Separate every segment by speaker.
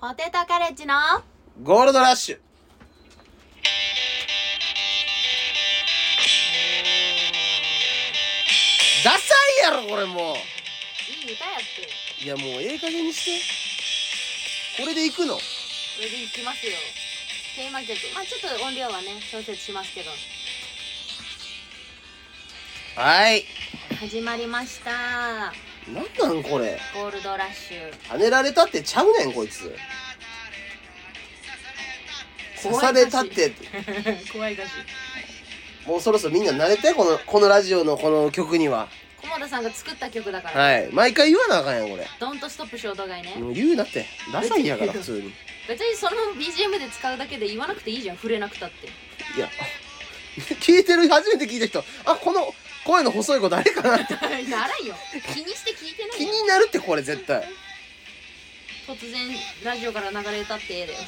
Speaker 1: ポテトカレッジの
Speaker 2: ゴールドラッシュダサいやろこれ
Speaker 1: いい
Speaker 2: も
Speaker 1: 歌やって
Speaker 2: ういやもうええ加減にしてこれで行くの
Speaker 1: これでいきますよテーマ曲まあちょっと音量はね調節しますけど
Speaker 2: はい
Speaker 1: 始まりました
Speaker 2: なんなんこれ
Speaker 1: ゴールドラッシュ
Speaker 2: 跳ねられたってちゃうねんこいつ刺されたって
Speaker 1: 怖い歌詞
Speaker 2: もうそろそろみんな慣れてこのこのラジオのこの曲には
Speaker 1: 駒田さんが作った曲だから、
Speaker 2: はい毎回言わなあかんやんこれ
Speaker 1: ドントストップ衝動買いね、
Speaker 2: もう言うなってダサいんやから普通に
Speaker 1: 別にその BGM で使うだけで言わなくていいじゃん触れなくた って
Speaker 2: いや、聞いてる、初めて聞いた人、あ、この声の細い子誰かなって。
Speaker 1: ならん よ気にして聞いてな
Speaker 2: 気
Speaker 1: いよ
Speaker 2: になるって、これ絶対。
Speaker 1: 突然ラジオから流れたってええだよ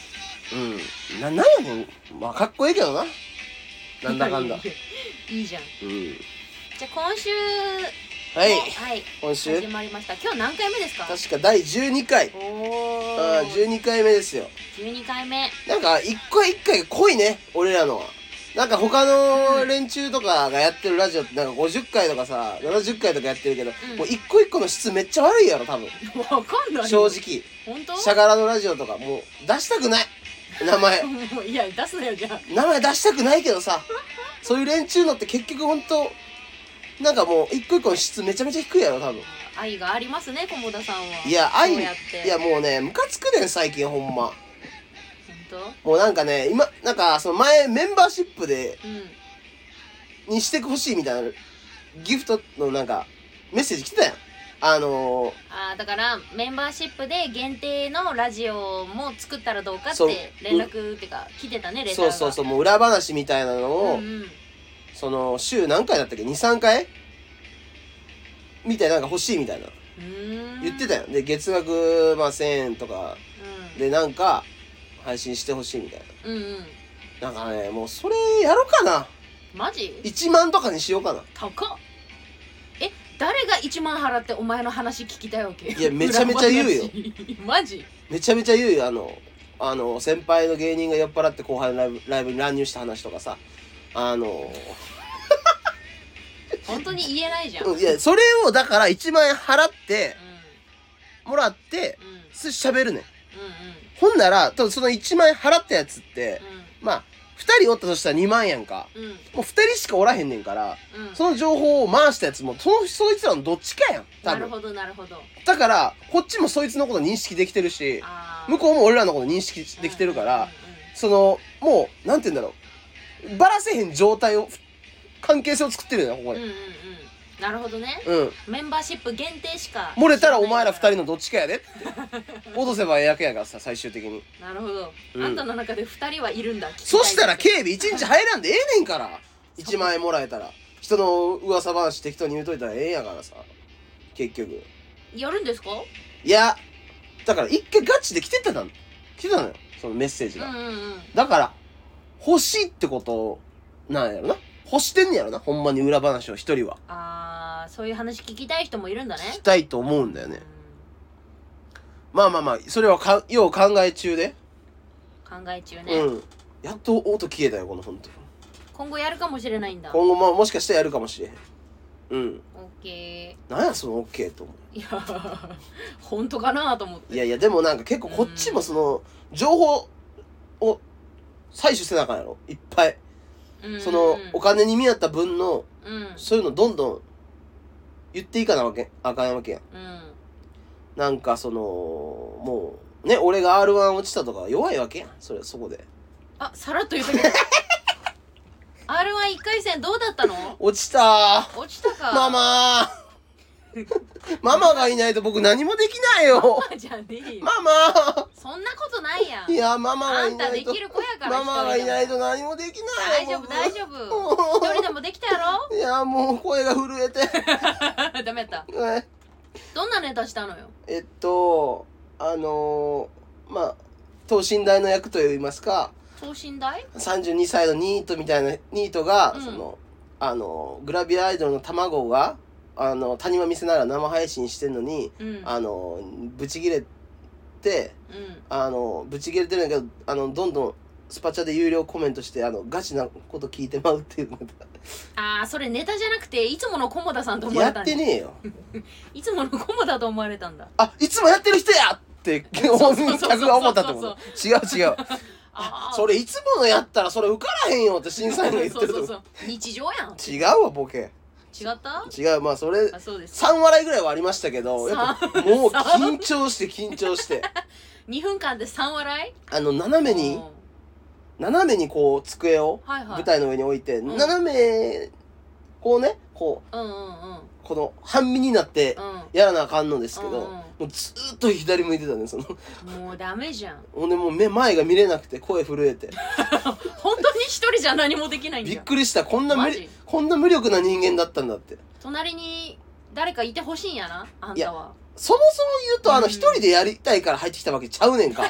Speaker 2: うん。な、なんやねん。まあ、かっこいいけどな。なん だかんだ。
Speaker 1: いいじゃん
Speaker 2: うん。
Speaker 1: じゃあ今週も
Speaker 2: はい。
Speaker 1: はい
Speaker 2: 今週
Speaker 1: 始、まりました今日何回目ですか
Speaker 2: 確か第12回。
Speaker 1: お
Speaker 2: あ
Speaker 1: お
Speaker 2: ー12回目ですよ。
Speaker 1: 12回目
Speaker 2: なんか、一回一回が濃いね、俺らのは。なんか他の連中とかがやってるラジオってなんか50回とかさ、70回とかやってるけど、
Speaker 1: うん
Speaker 2: もう一個一個の質めっちゃ悪いやろ、多 分。
Speaker 1: わかんない
Speaker 2: 正直。
Speaker 1: 本当
Speaker 2: しゃがらのラジオとかもう出したくない名前
Speaker 1: もういや出すなよじゃあ
Speaker 2: 名前出したくないけどさそういう連中のって結局ほんとなんかもう一個一個の質めちゃめちゃ低いやろ多分
Speaker 1: 愛がありますね菰田さんはい
Speaker 2: や愛
Speaker 1: そう
Speaker 2: い
Speaker 1: やって
Speaker 2: やもうねムカつくねん最近ほんま
Speaker 1: 本
Speaker 2: もうなんかね今なんかその前メンバーシップで
Speaker 1: 当うん
Speaker 2: にしてほしいみたいなギフトのなんかメッセージ来てたやんあの
Speaker 1: あーだからメンバーシップで限定のラジオも作ったらどうかっ
Speaker 2: そう
Speaker 1: て連絡っていうか来てたね
Speaker 2: ー
Speaker 1: レター
Speaker 2: そう
Speaker 1: が
Speaker 2: そうそうもう裏話みたいなのを、
Speaker 1: うんうん
Speaker 2: その週何回だったっけ23回みたいななんか欲しいみたいな
Speaker 1: うーん
Speaker 2: 言ってたよで月額、まあ、1000円とかでなんか配信してほしいみたい
Speaker 1: うんうんうん
Speaker 2: ななんかねもうそれやろうかな
Speaker 1: マジ
Speaker 2: 1万とかにしようかな
Speaker 1: 高っえ誰が1万払ってお前の話聞きたいわけ
Speaker 2: いやめちゃめちゃ言う
Speaker 1: 裏
Speaker 2: よ
Speaker 1: 話 マジ
Speaker 2: めちゃめちゃ言うよあのあの先輩の芸人が酔っ払って後輩のライブライブに乱入した話とかさあの
Speaker 1: 本当に言えないじゃんうん
Speaker 2: うんいやそれをだから1万円払って
Speaker 1: う
Speaker 2: もらって
Speaker 1: んうんうん
Speaker 2: す喋るねんほんなら多分その1万円払ったやつってまあ2人おったとしたら2万円か
Speaker 1: うんうん
Speaker 2: もう2人しかおらへんねんから
Speaker 1: うん
Speaker 2: その情報を回したやつも、その、そいつらのどっちかやん。多
Speaker 1: なる
Speaker 2: 分。
Speaker 1: ほどなるほど
Speaker 2: だから、こっちもそいつのこと認識できてるし、
Speaker 1: あー
Speaker 2: 向こうも俺らのこと認識できてるから、その、もう、なんて言うんだろう。ばらせへん状態を、関係性を作ってるよな、こ
Speaker 1: う
Speaker 2: こ
Speaker 1: んうん
Speaker 2: で。
Speaker 1: うんうんうんうんなるほどね
Speaker 2: うん。
Speaker 1: メンバーシップ限定しか
Speaker 2: 漏れたらお前ら二人
Speaker 1: の
Speaker 2: のどっちかやでって。落とせばええ役やからさ、最終的に。
Speaker 1: なるほど、
Speaker 2: うん
Speaker 1: あんたの中で二人はいるんだ
Speaker 2: そしたら
Speaker 1: け
Speaker 2: 警備一日入らんでええねんから。一万円もらえたら。人の噂話適当に言うといたらええんやからさ。結局。
Speaker 1: やるんですか
Speaker 2: いや、だから一回ガチで来てたの。来てたのよ。そのメッセージ
Speaker 1: うんう
Speaker 2: が。
Speaker 1: んうん
Speaker 2: だから、欲しいってことなんやろな。欲してんねやろな。ほんまに裏話を一人は。
Speaker 1: あーそういう話聞きたい人もいるんだね
Speaker 2: 聞きたいと思うんだよ
Speaker 1: う
Speaker 2: ね
Speaker 1: ん。
Speaker 2: まあまあまあ、それはか、よう考え中で。
Speaker 1: 考え中ね、
Speaker 2: うん。やっと音消えたよ、この本当
Speaker 1: 今後やるかもしれないんだオッ
Speaker 2: 今後ももしかしたらやるかもしれへん。うん。
Speaker 1: ケ
Speaker 2: なんや、その OK と思
Speaker 1: ーいや本当かなと思っ
Speaker 2: う。
Speaker 1: て
Speaker 2: いやいや、でもなんか結構こっちもその、情報を採取せなあかんやろ。いっぱい。
Speaker 1: うんうんうん
Speaker 2: その、お金に見合った分の、
Speaker 1: うん
Speaker 2: そういうのどんどん言っていかなわけあかんわけやん。
Speaker 1: うん
Speaker 2: なんかその、もう、ね、俺が R1 落ちたとか弱いわけやん。それ、そこで。
Speaker 1: あさらっと言ったけ ど r 1 1回戦どうだったの
Speaker 2: 落ちた
Speaker 1: 落ちたか
Speaker 2: ーママー ママがいないと僕何もできないよ
Speaker 1: じゃねえよ
Speaker 2: ママ
Speaker 1: そんなことないやん
Speaker 2: ーいや、ママが
Speaker 1: あ
Speaker 2: い
Speaker 1: んた
Speaker 2: な
Speaker 1: で
Speaker 2: いと
Speaker 1: き。る子やから
Speaker 2: ママがいないと
Speaker 1: 一人でも
Speaker 2: 何もできない
Speaker 1: 大丈夫大丈夫
Speaker 2: 夫
Speaker 1: 一人でもできたやろ
Speaker 2: いや、もう声が震えて。
Speaker 1: ダメやった
Speaker 2: え
Speaker 1: どんなネタしたのよ
Speaker 2: えっと、あのー、まあ、等身大の役といいますか、
Speaker 1: 等身大
Speaker 2: 32歳のニートみたいなニートが、
Speaker 1: うん
Speaker 2: そのあのグラビアアイドルの卵があの谷間見せながら生配信してんのに、
Speaker 1: うん
Speaker 2: あのブチギレって
Speaker 1: うん
Speaker 2: あのぶち切れてるんだけどあのどんどんスパチャで有料コメントしてあのガチなこと聞いてまうっていうのが
Speaker 1: ああそれネタじゃなくていつものコモダさんと思わ
Speaker 2: や
Speaker 1: れた
Speaker 2: っ
Speaker 1: んだ
Speaker 2: てねえよ
Speaker 1: いつものコモダと思われたんだ
Speaker 2: あいつもやってる人やって
Speaker 1: そうそうそうそう
Speaker 2: 客が思ったってこと違う違う
Speaker 1: あー
Speaker 2: それいつものやったらそれ受からへんよって審査員が言ってる
Speaker 1: そう
Speaker 2: と
Speaker 1: そうそう日常やん
Speaker 2: 違うわボケ
Speaker 1: 違った
Speaker 2: 違うまあそれ
Speaker 1: あそうです
Speaker 2: 3笑いぐらいはありましたけどやっぱもう
Speaker 1: 三
Speaker 2: 緊張して緊張 して
Speaker 1: 2分間で3笑い
Speaker 2: あの斜めに
Speaker 1: うん
Speaker 2: 斜めにこう机を
Speaker 1: はいはい
Speaker 2: 舞台の上に置いて
Speaker 1: ん
Speaker 2: 斜めこうねこ
Speaker 1: うんうんうん
Speaker 2: うこの半身になって
Speaker 1: う
Speaker 2: やらなあかんのですけど
Speaker 1: うんうん
Speaker 2: もうずーっと左向いてたねその
Speaker 1: んもうダメじゃん
Speaker 2: ほんでもう目前が見れなくて声震えて
Speaker 1: 本当に一人じゃ何もできないんだ
Speaker 2: びっ
Speaker 1: よ
Speaker 2: くりしたこんな無
Speaker 1: マジ
Speaker 2: こんな無力な人間だったんだって
Speaker 1: 隣に誰かいてほしいんやなあん
Speaker 2: いや
Speaker 1: たは
Speaker 2: そもそも言うと、あの、
Speaker 1: うん
Speaker 2: 一人でやりたいから入ってきたわけちゃう ねんか。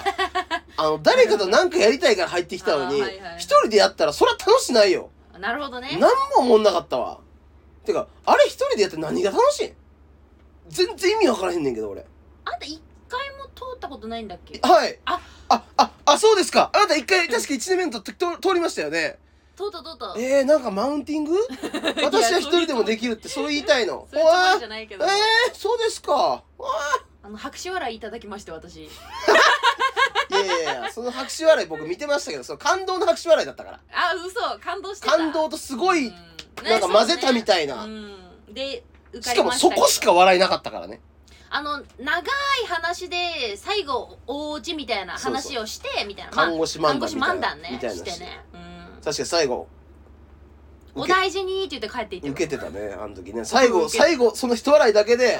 Speaker 2: あの、誰かとなんかやりたいから入ってきたのに
Speaker 1: あーはいは、い
Speaker 2: 一人でやったらそりゃ楽しないよ。
Speaker 1: なるほどね
Speaker 2: なんも思んなかったわ。てか、あれ一人でやって何が楽しいん全然意味わからへんねんけど、俺。
Speaker 1: あんた一回も通ったことないんだっけ
Speaker 2: はい。
Speaker 1: あ、
Speaker 2: あ、あ、あ、そうですか。あなた一回、確か一年目のとと通りましたよね。
Speaker 1: 通った通った
Speaker 2: えー、なんかマウンティ ング私は一人でもできるって、そう言いたいの。
Speaker 1: そういうつもり
Speaker 2: わ
Speaker 1: じゃないけ
Speaker 2: え
Speaker 1: ど
Speaker 2: ー、そうですか。
Speaker 1: あの拍手笑いいただきまして私
Speaker 2: いやい やいや、その拍手笑い僕見てましたけど、その感動の拍手笑いだったから。
Speaker 1: あ嘘感動してた
Speaker 2: 感動とすご
Speaker 1: ご
Speaker 2: い、なんか混ぜたみたいな。
Speaker 1: で受か
Speaker 2: し
Speaker 1: り
Speaker 2: かも
Speaker 1: ましたけど
Speaker 2: そこしか笑いなかったからね。
Speaker 1: あの長い話で最後おうちみたいな話をしてみたいなまあ
Speaker 2: 看護師漫
Speaker 1: 看護
Speaker 2: 談
Speaker 1: 師
Speaker 2: みたい
Speaker 1: 漫
Speaker 2: な。
Speaker 1: 談ね
Speaker 2: みたい
Speaker 1: し
Speaker 2: な
Speaker 1: て
Speaker 2: し。
Speaker 1: ね、うん
Speaker 2: 確かに最後、
Speaker 1: お
Speaker 2: 受
Speaker 1: 大事にって言って帰っていって
Speaker 2: け受け
Speaker 1: て
Speaker 2: てたね、あの時ね。最
Speaker 1: 僕も
Speaker 2: 後、
Speaker 1: 受けた
Speaker 2: 最後、その一笑いだけで、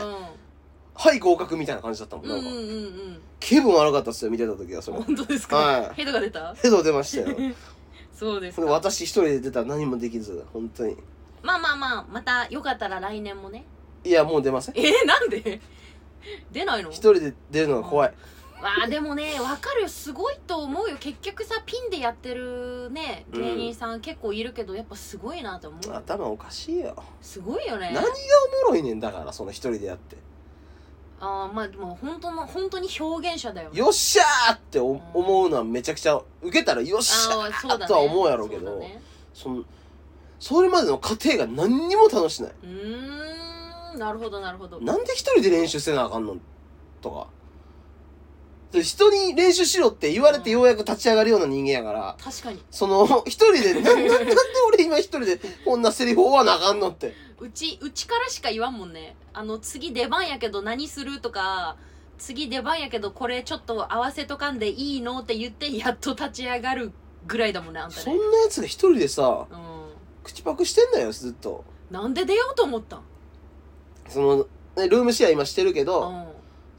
Speaker 2: はい、合格みたいな感じだったもん。
Speaker 1: うんう
Speaker 2: なんん
Speaker 1: うん
Speaker 2: か、
Speaker 1: うん
Speaker 2: 気分悪かったっすよ、見てた時は、そ れ
Speaker 1: うん。本当ですか、
Speaker 2: は
Speaker 1: ヘドが出た
Speaker 2: い。ヘド出ましたよ。
Speaker 1: そうです
Speaker 2: ほん
Speaker 1: か
Speaker 2: で私一人で出たら何もできず、本当に。
Speaker 1: まあまあまあまたよかったら来年もね
Speaker 2: いや、もう出ません。
Speaker 1: えー、なんで出ないの
Speaker 2: 一人で出るのが怖い。
Speaker 1: わあでもねわかるよすごいと思うよ結局さピンでやってるね芸人さん結構いるけど、やっぱすごいなと思う
Speaker 2: 頭おかしいよ。
Speaker 1: すごいよね
Speaker 2: 何がおもろいねんだから、その一人でやって。
Speaker 1: あーまあでも本当の本当に表現者だよ
Speaker 2: よっしゃーってお思うのはめちゃくちゃ受けたらよっしゃ
Speaker 1: あーそうだ
Speaker 2: ー
Speaker 1: ね
Speaker 2: とは思うやろうけ
Speaker 1: そ
Speaker 2: ど
Speaker 1: だね
Speaker 2: そのそれまでの過程が何にも楽しないう
Speaker 1: ーんなるほどなるほど
Speaker 2: なんで一人で練習せなあかんのとかで人に練習しろって言われてようやく立ち上がるような人間やから
Speaker 1: 確かに
Speaker 2: その一人でなななんで俺今一人でこんなセリフ追わなあかんのって
Speaker 1: うちうちからしか言わんもんねあの次出番やけど何するとか次出番やけどこれちょっと合わせとかんでいいのって言ってやっと立ち上がるぐらいだもんねあんた
Speaker 2: そ
Speaker 1: ね
Speaker 2: んなやつが一人でさ
Speaker 1: うん
Speaker 2: 口パクしてんだよずっと
Speaker 1: なんで出ようと思ったん
Speaker 2: その、ね、ルームシェア今してるけ
Speaker 1: うん
Speaker 2: ど
Speaker 1: は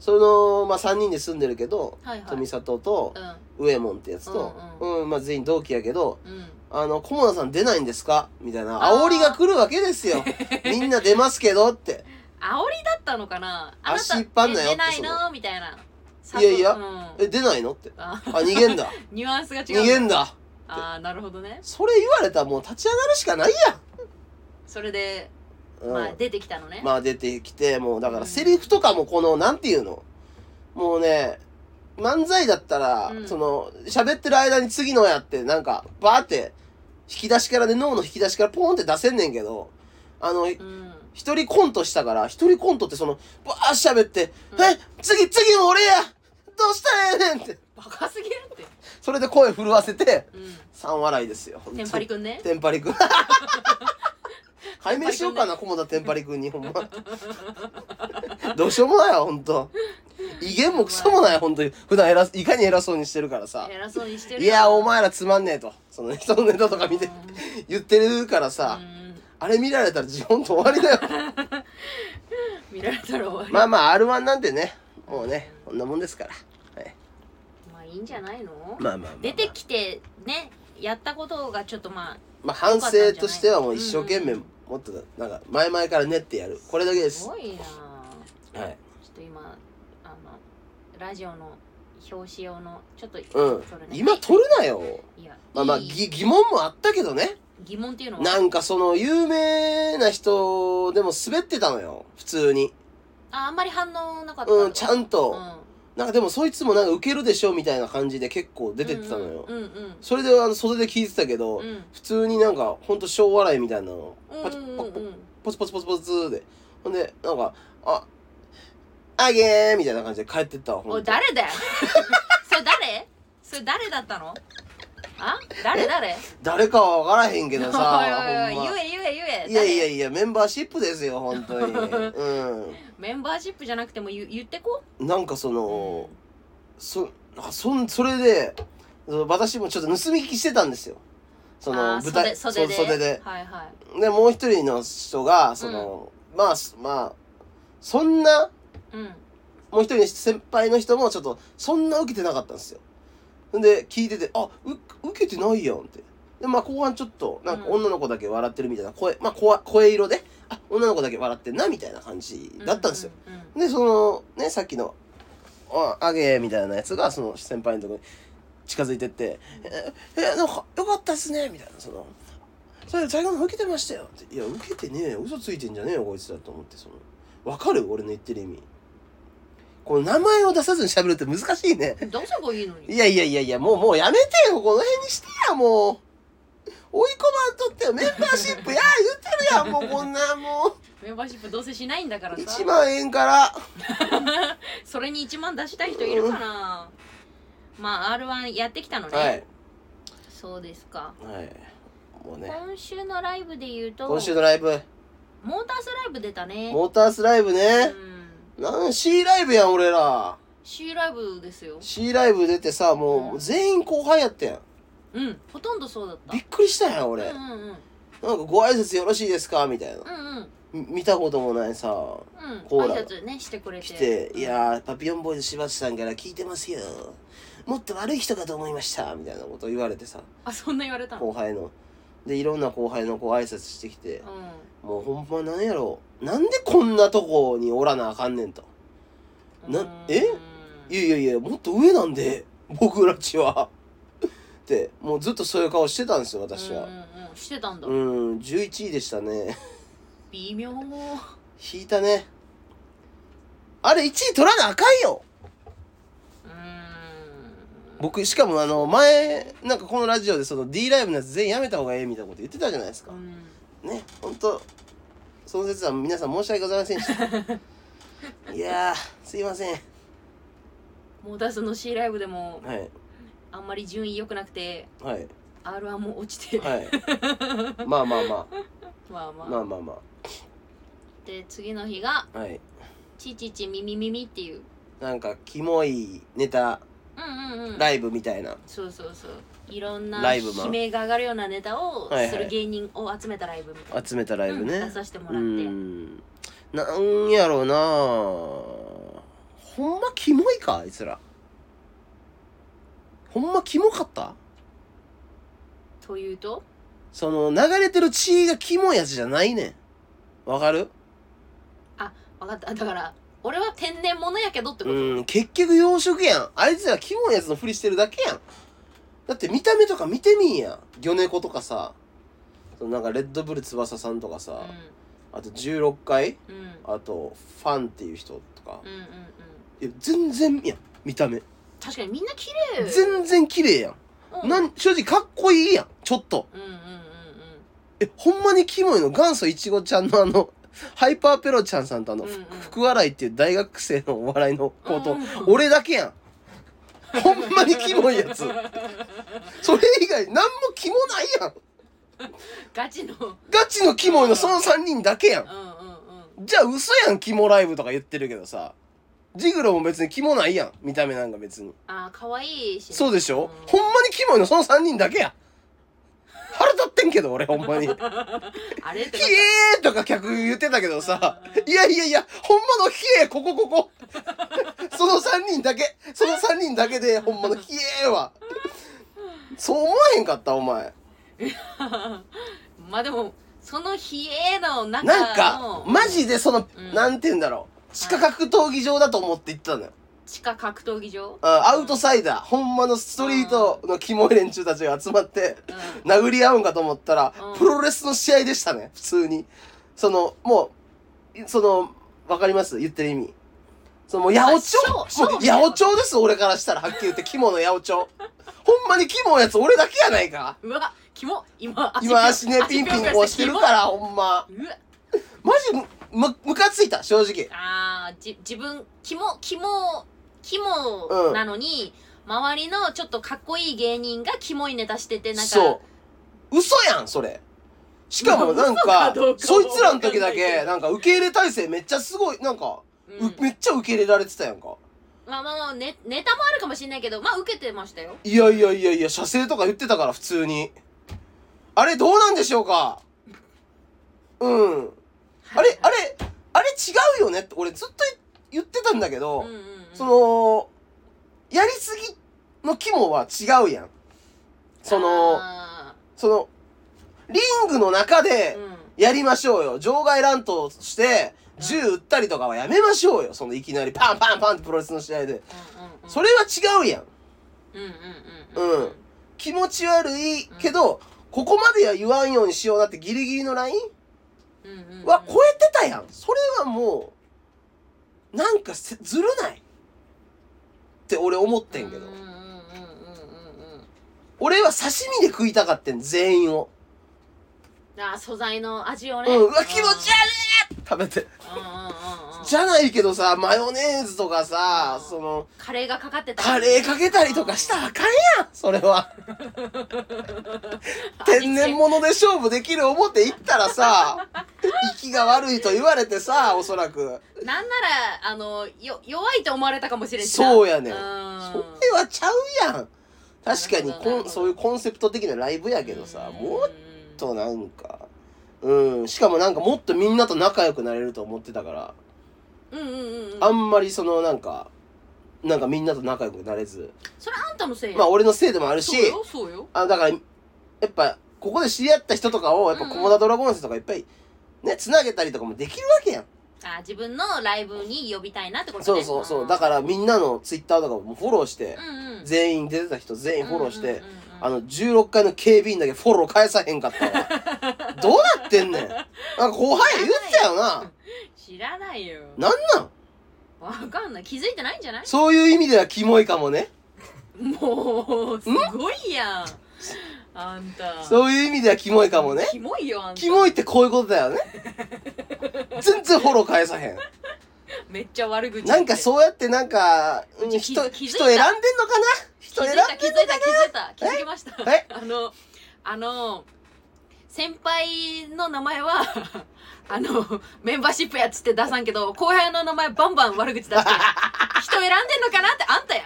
Speaker 2: そのまあ3人で住んでるけど
Speaker 1: いはい
Speaker 2: 富里と
Speaker 1: うん
Speaker 2: 上門ってやつと、う
Speaker 1: うん
Speaker 2: まあ、全員同期やけど
Speaker 1: うん
Speaker 2: 「あの菰田さん出ないんですか?」みたいな
Speaker 1: あー
Speaker 2: 煽りが来るわけで すよみんな出ますけどって
Speaker 1: 煽りだったのかなあなた
Speaker 2: 足引っ張んなよ
Speaker 1: え出ない
Speaker 2: ってそ
Speaker 1: のみたいない
Speaker 2: やいや
Speaker 1: うん
Speaker 2: 「え出ないの?」って
Speaker 1: あ
Speaker 2: 「あ逃げんだ
Speaker 1: ニュアン スが違う
Speaker 2: 逃げんだ
Speaker 1: ああなるほどね」
Speaker 2: それ言われたらもう立ち上がるしかないやん、
Speaker 1: それで、
Speaker 2: うん
Speaker 1: まあ出てきたのね、
Speaker 2: まあ出てきてもうだか
Speaker 1: う
Speaker 2: ら
Speaker 1: ん
Speaker 2: セリフとかもこのなんていうのもうね漫才だったら、
Speaker 1: うん
Speaker 2: その喋ってる間に次のやってなんかバーって引き出しからね脳の引き出しからポーンって出せんねんけどあの
Speaker 1: うん
Speaker 2: 一人コントしたから、一人コントってその、ばーしゃべって、
Speaker 1: うん
Speaker 2: え、次、次も俺やどうしたらええねんって。
Speaker 1: バカすぎるって
Speaker 2: それで声震わせて、
Speaker 1: う
Speaker 2: 三笑いですよ。
Speaker 1: んテンパリ
Speaker 2: く
Speaker 1: くんね
Speaker 2: テンパリ くん。解明しようかな、菰田テンパリくんに、ほんま。どうしようもないわ、ほんと。威厳もクソもない、ほんとに。普段偉す、いかに偉そうにしてるからさ。
Speaker 1: 偉そうにしてる
Speaker 2: いや、お
Speaker 1: 前
Speaker 2: 前らつまんねえと。その人のネタとか見て、言ってるからさ、あれ見られたら自分と終わりだよ。
Speaker 1: 見られたら終わり
Speaker 2: まあまあ R1 なんでねもうねこんなもんですから、はい、
Speaker 1: まあいいんじゃないの
Speaker 2: まあまあまあ、まあ、
Speaker 1: 出てきてねやったことがちょっとま
Speaker 2: まあ反省としてはもう一生懸
Speaker 1: う
Speaker 2: 命
Speaker 1: ん
Speaker 2: もっとなんか前々から練ってやるこれだけ
Speaker 1: あ
Speaker 2: ですす
Speaker 1: ごいな
Speaker 2: はい
Speaker 1: ちょっと今あのラジオの表紙用のちょっと
Speaker 2: うん
Speaker 1: それね
Speaker 2: 今取るなよ
Speaker 1: いや
Speaker 2: まあまあ
Speaker 1: いい
Speaker 2: ぎ疑問もあったけどね
Speaker 1: 疑問っていうのは
Speaker 2: なんかその有名な人でも滑ってたのよ普通に
Speaker 1: ああんまり反応なかった
Speaker 2: うんちゃ
Speaker 1: ん
Speaker 2: んと
Speaker 1: う
Speaker 2: なんかでもそいつもなんかウケるでしょみたいな感じで結構出てってたのよ、
Speaker 1: うんうんうん
Speaker 2: それであの袖で聞いてたけど、
Speaker 1: うんうん
Speaker 2: 普通になんかほんと小笑いみたいなの
Speaker 1: うん
Speaker 2: パチパ
Speaker 1: う
Speaker 2: チ
Speaker 1: んうん
Speaker 2: ポツポツポツポツでほんでなんか「ああげー」みたいな感じで帰ってったわほ
Speaker 1: おい
Speaker 2: んと
Speaker 1: 誰だよ それ誰それ誰だったのあ誰誰
Speaker 2: 誰かは分からへんけどさ
Speaker 1: おいおい
Speaker 2: ほん
Speaker 1: おい
Speaker 2: ま
Speaker 1: 言え言え言え
Speaker 2: いやいや
Speaker 1: 誰
Speaker 2: いやメンバーシップですよ本当 にう
Speaker 1: メンバーシップじゃなくても言言ってこ
Speaker 2: んなんかそうの、そあそんそれでそう私もちょっと盗み聞きしてたんですよその
Speaker 1: あー
Speaker 2: 舞台
Speaker 1: 袖袖で
Speaker 2: そう袖で
Speaker 1: はいはい
Speaker 2: でもう一人の人がその、まあすまあそんな
Speaker 1: うん
Speaker 2: もう一人の先輩の人もちょっとそんな受けてなかったんですよんで聞いてて「あう受けてないやん」ってでまあ後半ちょっとなんか
Speaker 1: うん
Speaker 2: 女の子だけ笑ってるみたいな声、まあ声声色で「あ女の子だけ笑ってんな」みたいな感じだったんですよ、
Speaker 1: ううん
Speaker 2: でそのねさっきの「ああげ」みたいなやつがその先輩のとこに近づいてって「ええなんかよかったっすね」みたいなその「それ最後の方受けてましたよ」って「いや受けてねえよ嘘ついてんじゃねえよこいつだ」と思ってその「わかる俺の言ってる意味」この名前を出さずに喋るって難しいね
Speaker 1: うんどうせばいいの
Speaker 2: い
Speaker 1: に
Speaker 2: やいやいやいやもうもうやめてよこの辺にしてやもう追い込まんとってよメンバーシップや言ってるやんもうこんなも
Speaker 1: メンバーシップどうせしないんだから
Speaker 2: う
Speaker 1: さ
Speaker 2: 1万円から
Speaker 1: それに1万出したい人いるかなまあ r 1やってきたのね、
Speaker 2: はい
Speaker 1: そうですか
Speaker 2: はいもうね
Speaker 1: 今週のライブで言うと
Speaker 2: 今週のライブ、
Speaker 1: モータースライブ出たね
Speaker 2: モータースライブ
Speaker 1: う
Speaker 2: ね。
Speaker 1: ん、
Speaker 2: なん C ライブやん、俺ら。
Speaker 1: C ライブですよ
Speaker 2: C ライブ出てさ、も
Speaker 1: うん
Speaker 2: う全員後輩やったやん。
Speaker 1: うんほとんどそうだった
Speaker 2: びっくりしたやん、俺。
Speaker 1: う
Speaker 2: なんか
Speaker 1: んうんうん
Speaker 2: ご挨拶よろしいですかみたいな。
Speaker 1: うんうん
Speaker 2: み見たこともないさ、
Speaker 1: うん
Speaker 2: コーラ
Speaker 1: 挨拶ねしてくれて
Speaker 2: 来て、
Speaker 1: うん
Speaker 2: いやー、パピヨンボーイズ柴田さんから聞いてますよ。もっと悪い人かと思いました。みたいなこと言われてさ、
Speaker 1: あそんな言われたの
Speaker 2: 後輩の。で、いろんな後輩のこう挨拶してきて
Speaker 1: う、ん
Speaker 2: もうほんまなんやろ。なんでこんなとこにおらなあかんねんと。な
Speaker 1: うん
Speaker 2: えいやいやいや、もっと上なんで、 僕らちは。って、もうずっとそういう顔してたんですよ、私
Speaker 1: うん
Speaker 2: は。
Speaker 1: うん、してたんだ、
Speaker 2: うん、11位でしたね。
Speaker 1: 微妙う
Speaker 2: 引いたね。あれ、1位取らなあかんよ
Speaker 1: ん
Speaker 2: 僕、しかもあの、前、なんかこのラジオでその D ライブのやつ全員やめた方がええみたいなこと言ってたじゃないですか
Speaker 1: う。ん
Speaker 2: ね、ほんと、その説は皆さん申し訳ございませんで した。いやー、すいません。
Speaker 1: モータースの C ライブでも
Speaker 2: はい、
Speaker 1: あんまり順位良くなくて
Speaker 2: はい、
Speaker 1: r 1も落ちて、
Speaker 2: はい。 まあま
Speaker 1: まあ
Speaker 2: あま
Speaker 1: ま
Speaker 2: あ、
Speaker 1: あ、
Speaker 2: まあまあま
Speaker 1: で次の日が
Speaker 2: あ、はい。
Speaker 1: 「ちちちみみみみ」っていう
Speaker 2: なんか、キモいネタ、
Speaker 1: うんうんうん
Speaker 2: ライブみたいな。
Speaker 1: そうそうそういろんな
Speaker 2: ライ
Speaker 1: 悲
Speaker 2: ブマン
Speaker 1: 鳴が上がるようなネタを
Speaker 2: はいはい
Speaker 1: する芸人を集めたライブみたいな、
Speaker 2: 集めたライブね、
Speaker 1: うん出させても
Speaker 2: う
Speaker 1: らって
Speaker 2: んなんやろうなほんまキモいかあいつらほんまキモかった
Speaker 1: というと
Speaker 2: その流れてる血がキモいやつじゃないねんわかる
Speaker 1: 分かっただから俺は天然物やけどってこと、
Speaker 2: うん結局養殖やんあいつらキモいやつのふりしてるだけやんだって見た目とか見てみんや魚猫とかさそのなんかレッドブル翼さんとかさ、あと16階
Speaker 1: うんうん
Speaker 2: あとファンっていう人とか
Speaker 1: う、んうんうん
Speaker 2: いや全然やん見た目
Speaker 1: 確かにみんな綺麗
Speaker 2: 全然綺麗やん。
Speaker 1: うん
Speaker 2: なん、正直かっこいいやん。ちょっと。
Speaker 1: うんうんうん
Speaker 2: え、ほんまにキモいの元祖いちごちゃんのあ の、ハイパーペロちゃんさんとあの、
Speaker 1: うんうん
Speaker 2: ふ福笑いっていう大学生のお笑いの子と、
Speaker 1: うん
Speaker 2: 俺だけやん。ほんまにキモいやつ。それ以外、なんもキモないやん。
Speaker 1: ガチのうん
Speaker 2: ガチのキモいのその3人だけやん。
Speaker 1: うんうん
Speaker 2: じゃあ嘘やん、キモライブとか言ってるけどさ。ジグロも別にキモないやん。見た目なんか別に。
Speaker 1: あー可愛いしね、
Speaker 2: そうでしょ、
Speaker 1: ん
Speaker 2: ほんまにキモいのその3人だけや。腹立ってんけど、俺ほ んまに。
Speaker 1: あれって
Speaker 2: ひ
Speaker 1: なった
Speaker 2: えーとか客言ってたけどさ
Speaker 1: うんうん、
Speaker 2: いやいやいや、ほんまのひえーここここ。その3人だけ、その3人だけで、ほんまのひえーは。そう思わへんかった、お前。
Speaker 1: まあでもその冷えの中の
Speaker 2: なんか、マジでその、
Speaker 1: うん
Speaker 2: なんて言うんだろう。地下格闘技場だと思って行ったのよ。
Speaker 1: 地下格闘技場、
Speaker 2: あアウトサイダー、ほんまのストリートのキモい連中たちが集まって、
Speaker 1: う
Speaker 2: 殴り合うんかと思ったら、
Speaker 1: うん
Speaker 2: プロレスの試合でしたね普通にそのもういそのわかります言ってる意味そのもう八百
Speaker 1: まあ
Speaker 2: 長
Speaker 1: 小
Speaker 2: もう
Speaker 1: 小
Speaker 2: 八百長です俺からしたらはっきり言って肝の八百長ほんまに肝のやつ俺だけやないか
Speaker 1: うわキモ今足
Speaker 2: 今足ねピンピンこうしてるからほんま
Speaker 1: うわ
Speaker 2: マジむむかついた正直
Speaker 1: あーじ自分キモキモキモなのに、周りのちょっとかっこいい芸人がキモいネタしててなんか
Speaker 2: そう嘘やんそれしかもなん
Speaker 1: まあ嘘か
Speaker 2: か
Speaker 1: どうか
Speaker 2: そいつらの時だ
Speaker 1: わかんないけ
Speaker 2: け
Speaker 1: ど
Speaker 2: なんか受け入れ体制めっちゃすごいなんか、
Speaker 1: う、、
Speaker 2: うんめっちゃ受け入れられてたやんか
Speaker 1: まあまあまあネネタもあるかもしれないけどまあ受けてましたよ
Speaker 2: いやいやいやいや射精とか言ってたから普通にあれどうなんでしょうかうんあれあれあれ違うよねって俺ずっと言ってたんだけど、
Speaker 1: うんうんうん、
Speaker 2: そのやりすぎの肝は違うやんその
Speaker 1: あ
Speaker 2: そのリングの中で
Speaker 1: ーうん
Speaker 2: やりましょうよ場外乱闘して
Speaker 1: うん
Speaker 2: 銃撃ったりとかはやめましょうよそのいきなりパンパンパンってプロレスの試合で
Speaker 1: うんうんうん
Speaker 2: それは違うやん
Speaker 1: うんうんうんうん
Speaker 2: うん気持ち悪いけど、ここまでは言わんようにしようなってギリギリのライン
Speaker 1: うんうんうん
Speaker 2: は超えてたやん。それはもう、なんかせずるないって俺思ってんけど
Speaker 1: うん。うんうんうんうんうん
Speaker 2: 俺は刺身で食いたかってん、全員を。
Speaker 1: あー素材の味を
Speaker 2: う
Speaker 1: ね、
Speaker 2: ん、うわ、気持ち悪い食べて。
Speaker 1: うんうんうんうん
Speaker 2: じゃないけどさ、マヨネーズとかさ、
Speaker 1: うん
Speaker 2: その、
Speaker 1: カレーがかかってた
Speaker 2: カレーかけたりとかしたらあかんやん、それ は。天然物で勝負できる思って行ったら さ、息が悪いと言われてさ、おそらく。
Speaker 1: なんならあのよ弱いと思われたかもしれんしな
Speaker 2: そうやねん。
Speaker 1: う
Speaker 2: それはちゃうやん。確かに
Speaker 1: なるほどな
Speaker 2: こ
Speaker 1: るほ
Speaker 2: ん、
Speaker 1: ど
Speaker 2: そういうコンセプト的なライブやけどさ、
Speaker 1: うん
Speaker 2: もっとなんか、うん、しかもなんかもっとみんなと仲良くなれると思ってたから、
Speaker 1: うんうんうんうん
Speaker 2: あんまりそのなんか、なんかみんなと仲良くなれず、
Speaker 1: それあんたのせいや
Speaker 2: まあ俺のせいでもあるし
Speaker 1: そう、よそうよ
Speaker 2: あだからやっぱここで知り合った人とかをやっぱ
Speaker 1: うん
Speaker 2: コモダドラゴンズとかいっぱいねつなげたりとかもできるわけやん、
Speaker 1: あー自分のライブに呼びたいなってこと
Speaker 2: そ
Speaker 1: ね
Speaker 2: うそうそう
Speaker 1: あー
Speaker 2: だからみんなのツイッターとかもフォローして、
Speaker 1: うんうん
Speaker 2: 全員出てた人全員フォローして、
Speaker 1: うんうんうんうん
Speaker 2: あの16回の警備員だけフォロー返さへんかった わどうなってんねんなんか後輩言ってたよな
Speaker 1: 知らないよ
Speaker 2: なんなん
Speaker 1: わかんない気づいてないんじゃない
Speaker 2: そういう意味ではキモいかもね
Speaker 1: もうすごいやんあんたう
Speaker 2: そういう意味ではキモいかもね
Speaker 1: キモいよあんた
Speaker 2: キモいってこういうことだよね全然フォロー返さへん
Speaker 1: めっちゃ悪口言って
Speaker 2: なんかそうやってなんか、うん、
Speaker 1: うち
Speaker 2: 人、
Speaker 1: 気
Speaker 2: 人
Speaker 1: 気づい
Speaker 2: 選
Speaker 1: た
Speaker 2: んでんのかな人
Speaker 1: 気づ
Speaker 2: 選
Speaker 1: い
Speaker 2: ん
Speaker 1: た気づいた気づいた気づきました
Speaker 2: え
Speaker 1: あのあの先輩の名前は あのメンバーシップやっつって出さんけど後輩の名前バンバン悪口出して人選んでんのかなってあん たやん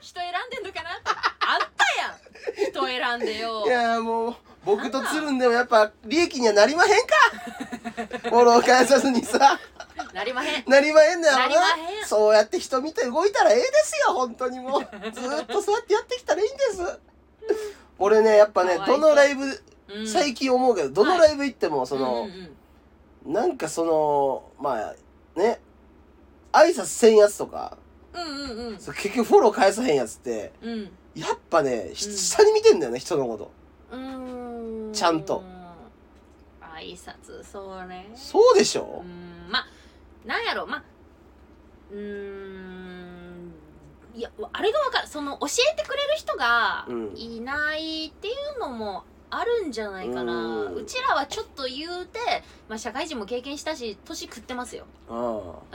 Speaker 1: 人選んでんのかなってあんたやん人選んでよ
Speaker 2: いやーもう、僕とつるんでもやっぱ利益にはなりまへん かフォロー返さずにさ、
Speaker 1: なりまへん
Speaker 2: なりまへんだよな
Speaker 1: なりまへん
Speaker 2: そうやって人見て動いたらええですよ、本当にもう。ずーっとそうやってやってきたらいいんです。俺ね、やっぱね、
Speaker 1: かわいそ
Speaker 2: ど
Speaker 1: う
Speaker 2: のライブ、
Speaker 1: うん
Speaker 2: 最近思うけど、どのライブ行っても、そ
Speaker 1: うん
Speaker 2: の
Speaker 1: う、ん
Speaker 2: なんかその、まあ、ね、挨拶せんやつとか、
Speaker 1: うんうんうん
Speaker 2: そう結局フォロー返さへんやつって、
Speaker 1: うん
Speaker 2: やっぱね、ひ下に見てんだよね、人のこと。
Speaker 1: うーん
Speaker 2: ちゃんと
Speaker 1: 挨拶そうね
Speaker 2: そうでし
Speaker 1: うー
Speaker 2: ょ、
Speaker 1: んまあなんやろまあうーんいやあれが分かるその教えてくれる人が
Speaker 2: うん
Speaker 1: いないっていうのもあるんじゃないかな、
Speaker 2: う
Speaker 1: うんちらはちょっと言うて、まあ、社会人も経験したし年食ってますよ、
Speaker 2: あ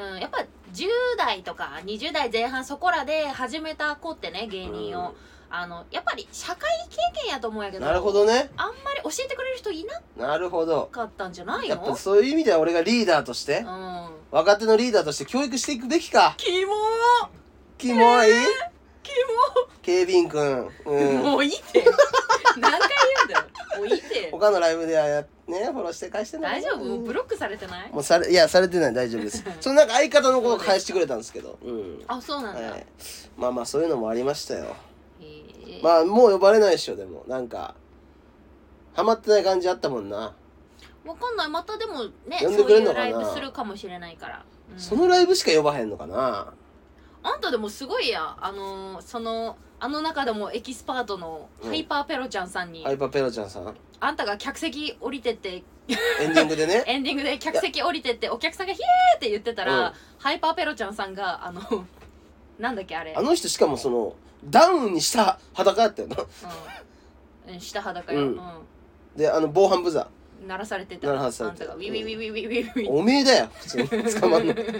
Speaker 1: うん、やっぱ10代とか20代前半そこらで始めた子ってね芸人を、あのやっぱり社会経験やと思うんやけ
Speaker 2: あ
Speaker 1: ど
Speaker 2: なるほどね。
Speaker 1: あんまり教えてくれる人いな
Speaker 2: なるほど。
Speaker 1: かったんじゃない
Speaker 2: や
Speaker 1: の
Speaker 2: っぱそういう意味では俺がリーダーとして、
Speaker 1: うん
Speaker 2: 若手のリーダーとして教育していくべきか。
Speaker 1: キモー
Speaker 2: キモい
Speaker 1: キ
Speaker 2: 警備員くん。うん。
Speaker 1: もういいって何回言うんだよもういいって
Speaker 2: 他のライブではや、ね、フォローして返してな
Speaker 1: 大
Speaker 2: い。
Speaker 1: 丈夫もうブ
Speaker 2: ロ
Speaker 1: ロックされてない
Speaker 2: もうされ、いや、されてない大丈 夫です。そのなんか相方のこと返してくれたんですけど。うん。
Speaker 1: あそうなんだ、
Speaker 2: はい。まあまあそういうのもありましたよ。
Speaker 1: へー
Speaker 2: まあもう呼ばれないでしょ、でも。なんか、ハマってない感じあったもんな。
Speaker 1: わかんないまたでもね
Speaker 2: 呼ん
Speaker 1: そ
Speaker 2: で
Speaker 1: う
Speaker 2: くれん
Speaker 1: い
Speaker 2: の
Speaker 1: う
Speaker 2: かな
Speaker 1: ライブするかもしれないから、うん
Speaker 2: そのライブしか呼ばへんのかな
Speaker 1: あんたでもすごいやあのーそのあの中でもエキスパートの
Speaker 2: うん
Speaker 1: ハイパーペロちゃんさんに、
Speaker 2: ハイパーペロちゃんさん
Speaker 1: あんたが客席降りてって
Speaker 2: エンディングでね
Speaker 1: エンディングで客席降りてってお客さんが「ヒエー!」って言ってたら、
Speaker 2: うん
Speaker 1: ハイパーペロちゃんさんがあのなんだっけあれ
Speaker 2: あの人しかもそのダウンにした裸だったよな
Speaker 1: うんうん、下裸よ、
Speaker 2: う
Speaker 1: うんん
Speaker 2: であの防犯ブザ
Speaker 1: 鳴らされてた
Speaker 2: 鳴らされて
Speaker 1: あん
Speaker 2: た
Speaker 1: たがウィウィウィウィウィウィ
Speaker 2: ー
Speaker 1: ウィ
Speaker 2: おめえだよ普通に捕まんのどうや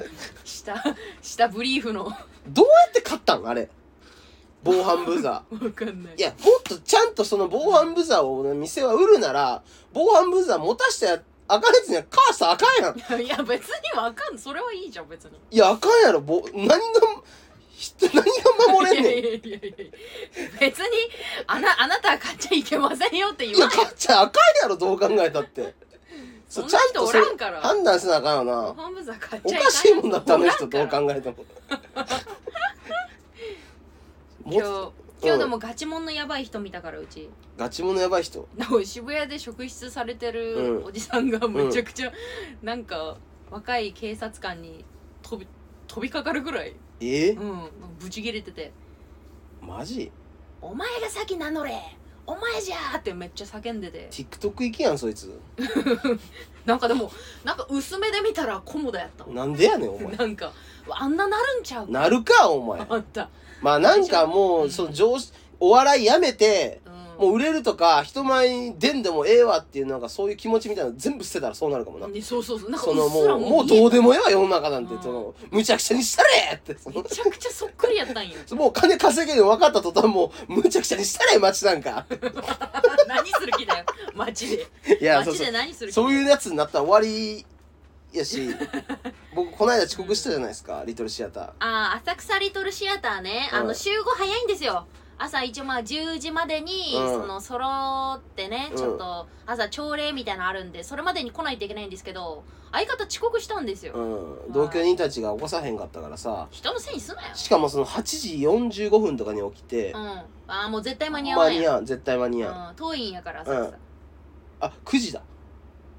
Speaker 1: 下下ブリーフのわ
Speaker 2: って勝ったんあれ防犯ブザ
Speaker 1: かん ない
Speaker 2: ーいやもっとちゃんとその防犯ブザーを店は売るなら防犯ブザー持たしてやあかんやつには母さんあかんやん
Speaker 1: いや別にわかんそれはいいじゃん別に
Speaker 2: いやあかんやろぼ何がひ何が守 れんねん
Speaker 1: いやいやいやいや別にあなあなたは買っちゃいけませんよって言
Speaker 2: いや、
Speaker 1: わない
Speaker 2: かっちゃんあかんやろ、どう考えたって。
Speaker 1: そ
Speaker 2: そ
Speaker 1: んな
Speaker 2: う、ちゃん
Speaker 1: 人
Speaker 2: と
Speaker 1: お
Speaker 2: それ
Speaker 1: らんから
Speaker 2: 判断せなあかんよな。
Speaker 1: ハンブザー買っ
Speaker 2: お
Speaker 1: ちゃい
Speaker 2: かしいもんだったあの人、
Speaker 1: おら
Speaker 2: どうん
Speaker 1: から
Speaker 2: 考えても。
Speaker 1: 今
Speaker 2: も
Speaker 1: 日
Speaker 2: っ
Speaker 1: 今日でもガチモンのやばい人見たからうち
Speaker 2: ガチモノやばい人。
Speaker 1: でも渋谷で職質されて
Speaker 2: う
Speaker 1: る
Speaker 2: ん
Speaker 1: おじさんがむちゃくちゃ、なんか若い警察官に飛び飛びかかるぐらい、
Speaker 2: え
Speaker 1: うん、ぶち切れてて
Speaker 2: マジ
Speaker 1: 「お前が先名乗れお前じゃ!」ってめっちゃ叫んでて
Speaker 2: ?TikTok 行きやん、そいつ。
Speaker 1: なんかで もなんか薄めで見たらコモダやったわ
Speaker 2: なんでやねん、お前。
Speaker 1: なんかうわあんななるんちゃう
Speaker 2: なるか、お前。
Speaker 1: あんた、
Speaker 2: まあなんかも
Speaker 1: う
Speaker 2: う、
Speaker 1: ん
Speaker 2: その上司、お笑いやめて、
Speaker 1: うん、
Speaker 2: もう売れるとか、人前に出んでもええわっていう、なんかそういう気持ちみたいなの全部捨てたらそうなるかもな。
Speaker 1: ねそうそうそうなんか
Speaker 2: そうの
Speaker 1: っ
Speaker 2: も
Speaker 1: すら
Speaker 2: う、もうどうでもええわ、世の中なんて
Speaker 1: う。ん
Speaker 2: その、むちゃくちゃにしたれって、その
Speaker 1: め。ちゃくちゃそっくりや ったんよ
Speaker 2: もう金稼げるの分かった途端もうむちゃくちゃにしたね街なんか
Speaker 1: 何する気だよ街で
Speaker 2: いやそう
Speaker 1: 街
Speaker 2: そ
Speaker 1: で
Speaker 2: う
Speaker 1: 何する気
Speaker 2: そういうやつになったら終わりやし僕この間遅刻したじゃないですか、リトルシアター
Speaker 1: ああ浅草リトルシアターね、あ
Speaker 2: うん
Speaker 1: の集合早いんですよ朝一応まあ10時までに、
Speaker 2: うん
Speaker 1: その揃ってね
Speaker 2: うん
Speaker 1: ちょっと朝朝礼みたいなのあるんでそれまでに来ないといけないんですけど相方遅刻したんですよ、
Speaker 2: うん同居人たちが起こさへんかったからさ
Speaker 1: 人のせいにすなよ
Speaker 2: しかもその8時45分とかに起きて
Speaker 1: うんああもう絶対間に合わな
Speaker 2: 間
Speaker 1: い
Speaker 2: に合わん絶対間に合わん
Speaker 1: うん、遠いんやから浅草、
Speaker 2: あ9時だ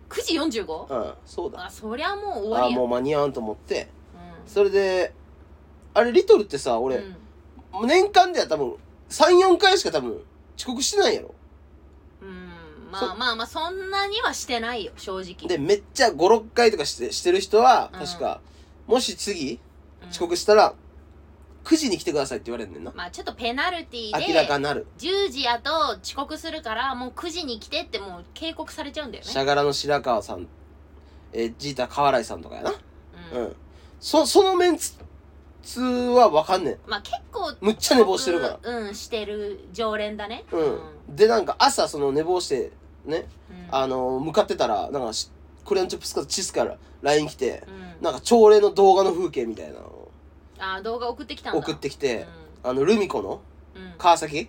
Speaker 1: 9時 45?、
Speaker 2: うんそうだ
Speaker 1: あそりゃもう終わ
Speaker 2: あ
Speaker 1: りや
Speaker 2: もう間に合わんと思って
Speaker 1: うん
Speaker 2: それであれリトルってさ俺、
Speaker 1: うん
Speaker 2: 年間では多分34回しか多分遅刻してないやろ
Speaker 1: うんま
Speaker 2: そ
Speaker 1: あまあまあそんなにはしてないよ正直
Speaker 2: で、めっちゃ5、6回とかしてしてる人は、
Speaker 1: うん
Speaker 2: 確か、もし次、
Speaker 1: うん
Speaker 2: 遅刻したら、9時に来てくださいって言われるんねんな。
Speaker 1: まあちょっとペナルティで
Speaker 2: 明らかになる。
Speaker 1: 10時やと遅刻するからもう9時に来てってもう警告されちゃうんだよ
Speaker 2: し
Speaker 1: ね、
Speaker 2: ゃがらの白川さん、えー、ジーター河原井さんとかやな。
Speaker 1: う
Speaker 2: うんん。そ、そのメンツツはわかんねん。
Speaker 1: まあ結構
Speaker 2: むっちゃ寝坊してるから。
Speaker 1: らうんしてる常連だね
Speaker 2: うん。で、なんか朝、その寝坊して、ね、
Speaker 1: うん
Speaker 2: あのー向かってたら、なんかし、クレヨンチップスかチスから LINE 来て、
Speaker 1: うん
Speaker 2: なんか朝礼の動画の風景みたいなのを
Speaker 1: あー動画送ってきたんだ
Speaker 2: 送ってきて、あの、ルミ子の
Speaker 1: うん、うん
Speaker 2: 川崎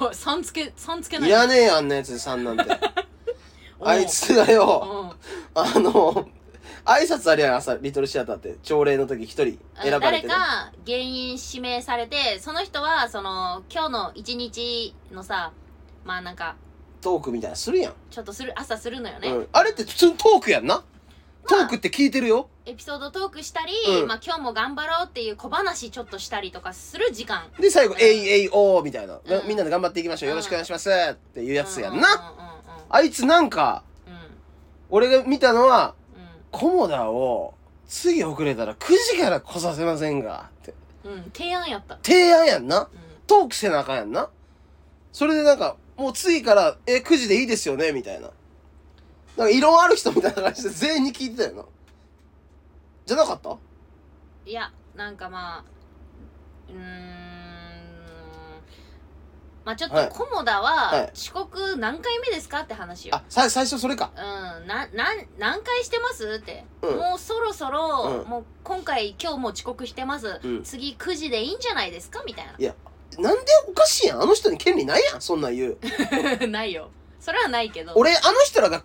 Speaker 1: もうさんつ けさんつけない
Speaker 2: いらねえよあんなやつで3なんて あいつが
Speaker 1: う
Speaker 2: よ
Speaker 1: ん
Speaker 2: あの挨拶あるやん朝リトルシアターって朝礼の時一人選ばれ
Speaker 1: 誰
Speaker 2: てね
Speaker 1: か原因指名されてその人はその今日の一日のさまあなんか
Speaker 2: トークみたいなのするやん、
Speaker 1: ちょっとする朝するのよね、
Speaker 2: うん、あれって普通のトークやんな、トークって聞いてるよ
Speaker 1: エピソードトークしたり、
Speaker 2: うん
Speaker 1: まあ、今日も頑張ろうっていう小話ちょっとしたりとかする時間
Speaker 2: で最後「
Speaker 1: うん
Speaker 2: えいえいおー」みたいな、
Speaker 1: うん
Speaker 2: みんなで頑張っていきましょうよろしくお願いします」っていうやつやんな、
Speaker 1: う
Speaker 2: あいつなんか
Speaker 1: んうんうん
Speaker 2: 俺が見たのは
Speaker 1: う
Speaker 2: 「コモダを次遅れたら9時から来させませんが」って
Speaker 1: んうんうん提案やった、
Speaker 2: 提案やんな
Speaker 1: うん
Speaker 2: トークせなあかんやんな。それでなんか、もう次から、え、9時でいいですよねみたいな。なんか、異論ある人みたいな感じで全員に聞いてたよな。じゃなかった
Speaker 1: いやなんかまあうーんまあちょっ
Speaker 2: は
Speaker 1: と
Speaker 2: い
Speaker 1: コモダ
Speaker 2: はい
Speaker 1: は遅刻何回目ですかって話よ、
Speaker 2: あ、さ、最初それか。
Speaker 1: うん、ななん何回してますって、
Speaker 2: うん
Speaker 1: もうそろそろ、
Speaker 2: うん
Speaker 1: もう今回今日もう遅刻してます、
Speaker 2: うん
Speaker 1: 次9時でいいんじゃないですかみたい
Speaker 2: なんでおかしいやん。あの人に権利ないやん。そんなん言う。
Speaker 1: なないよそれはないけど
Speaker 2: 俺、あの人らが、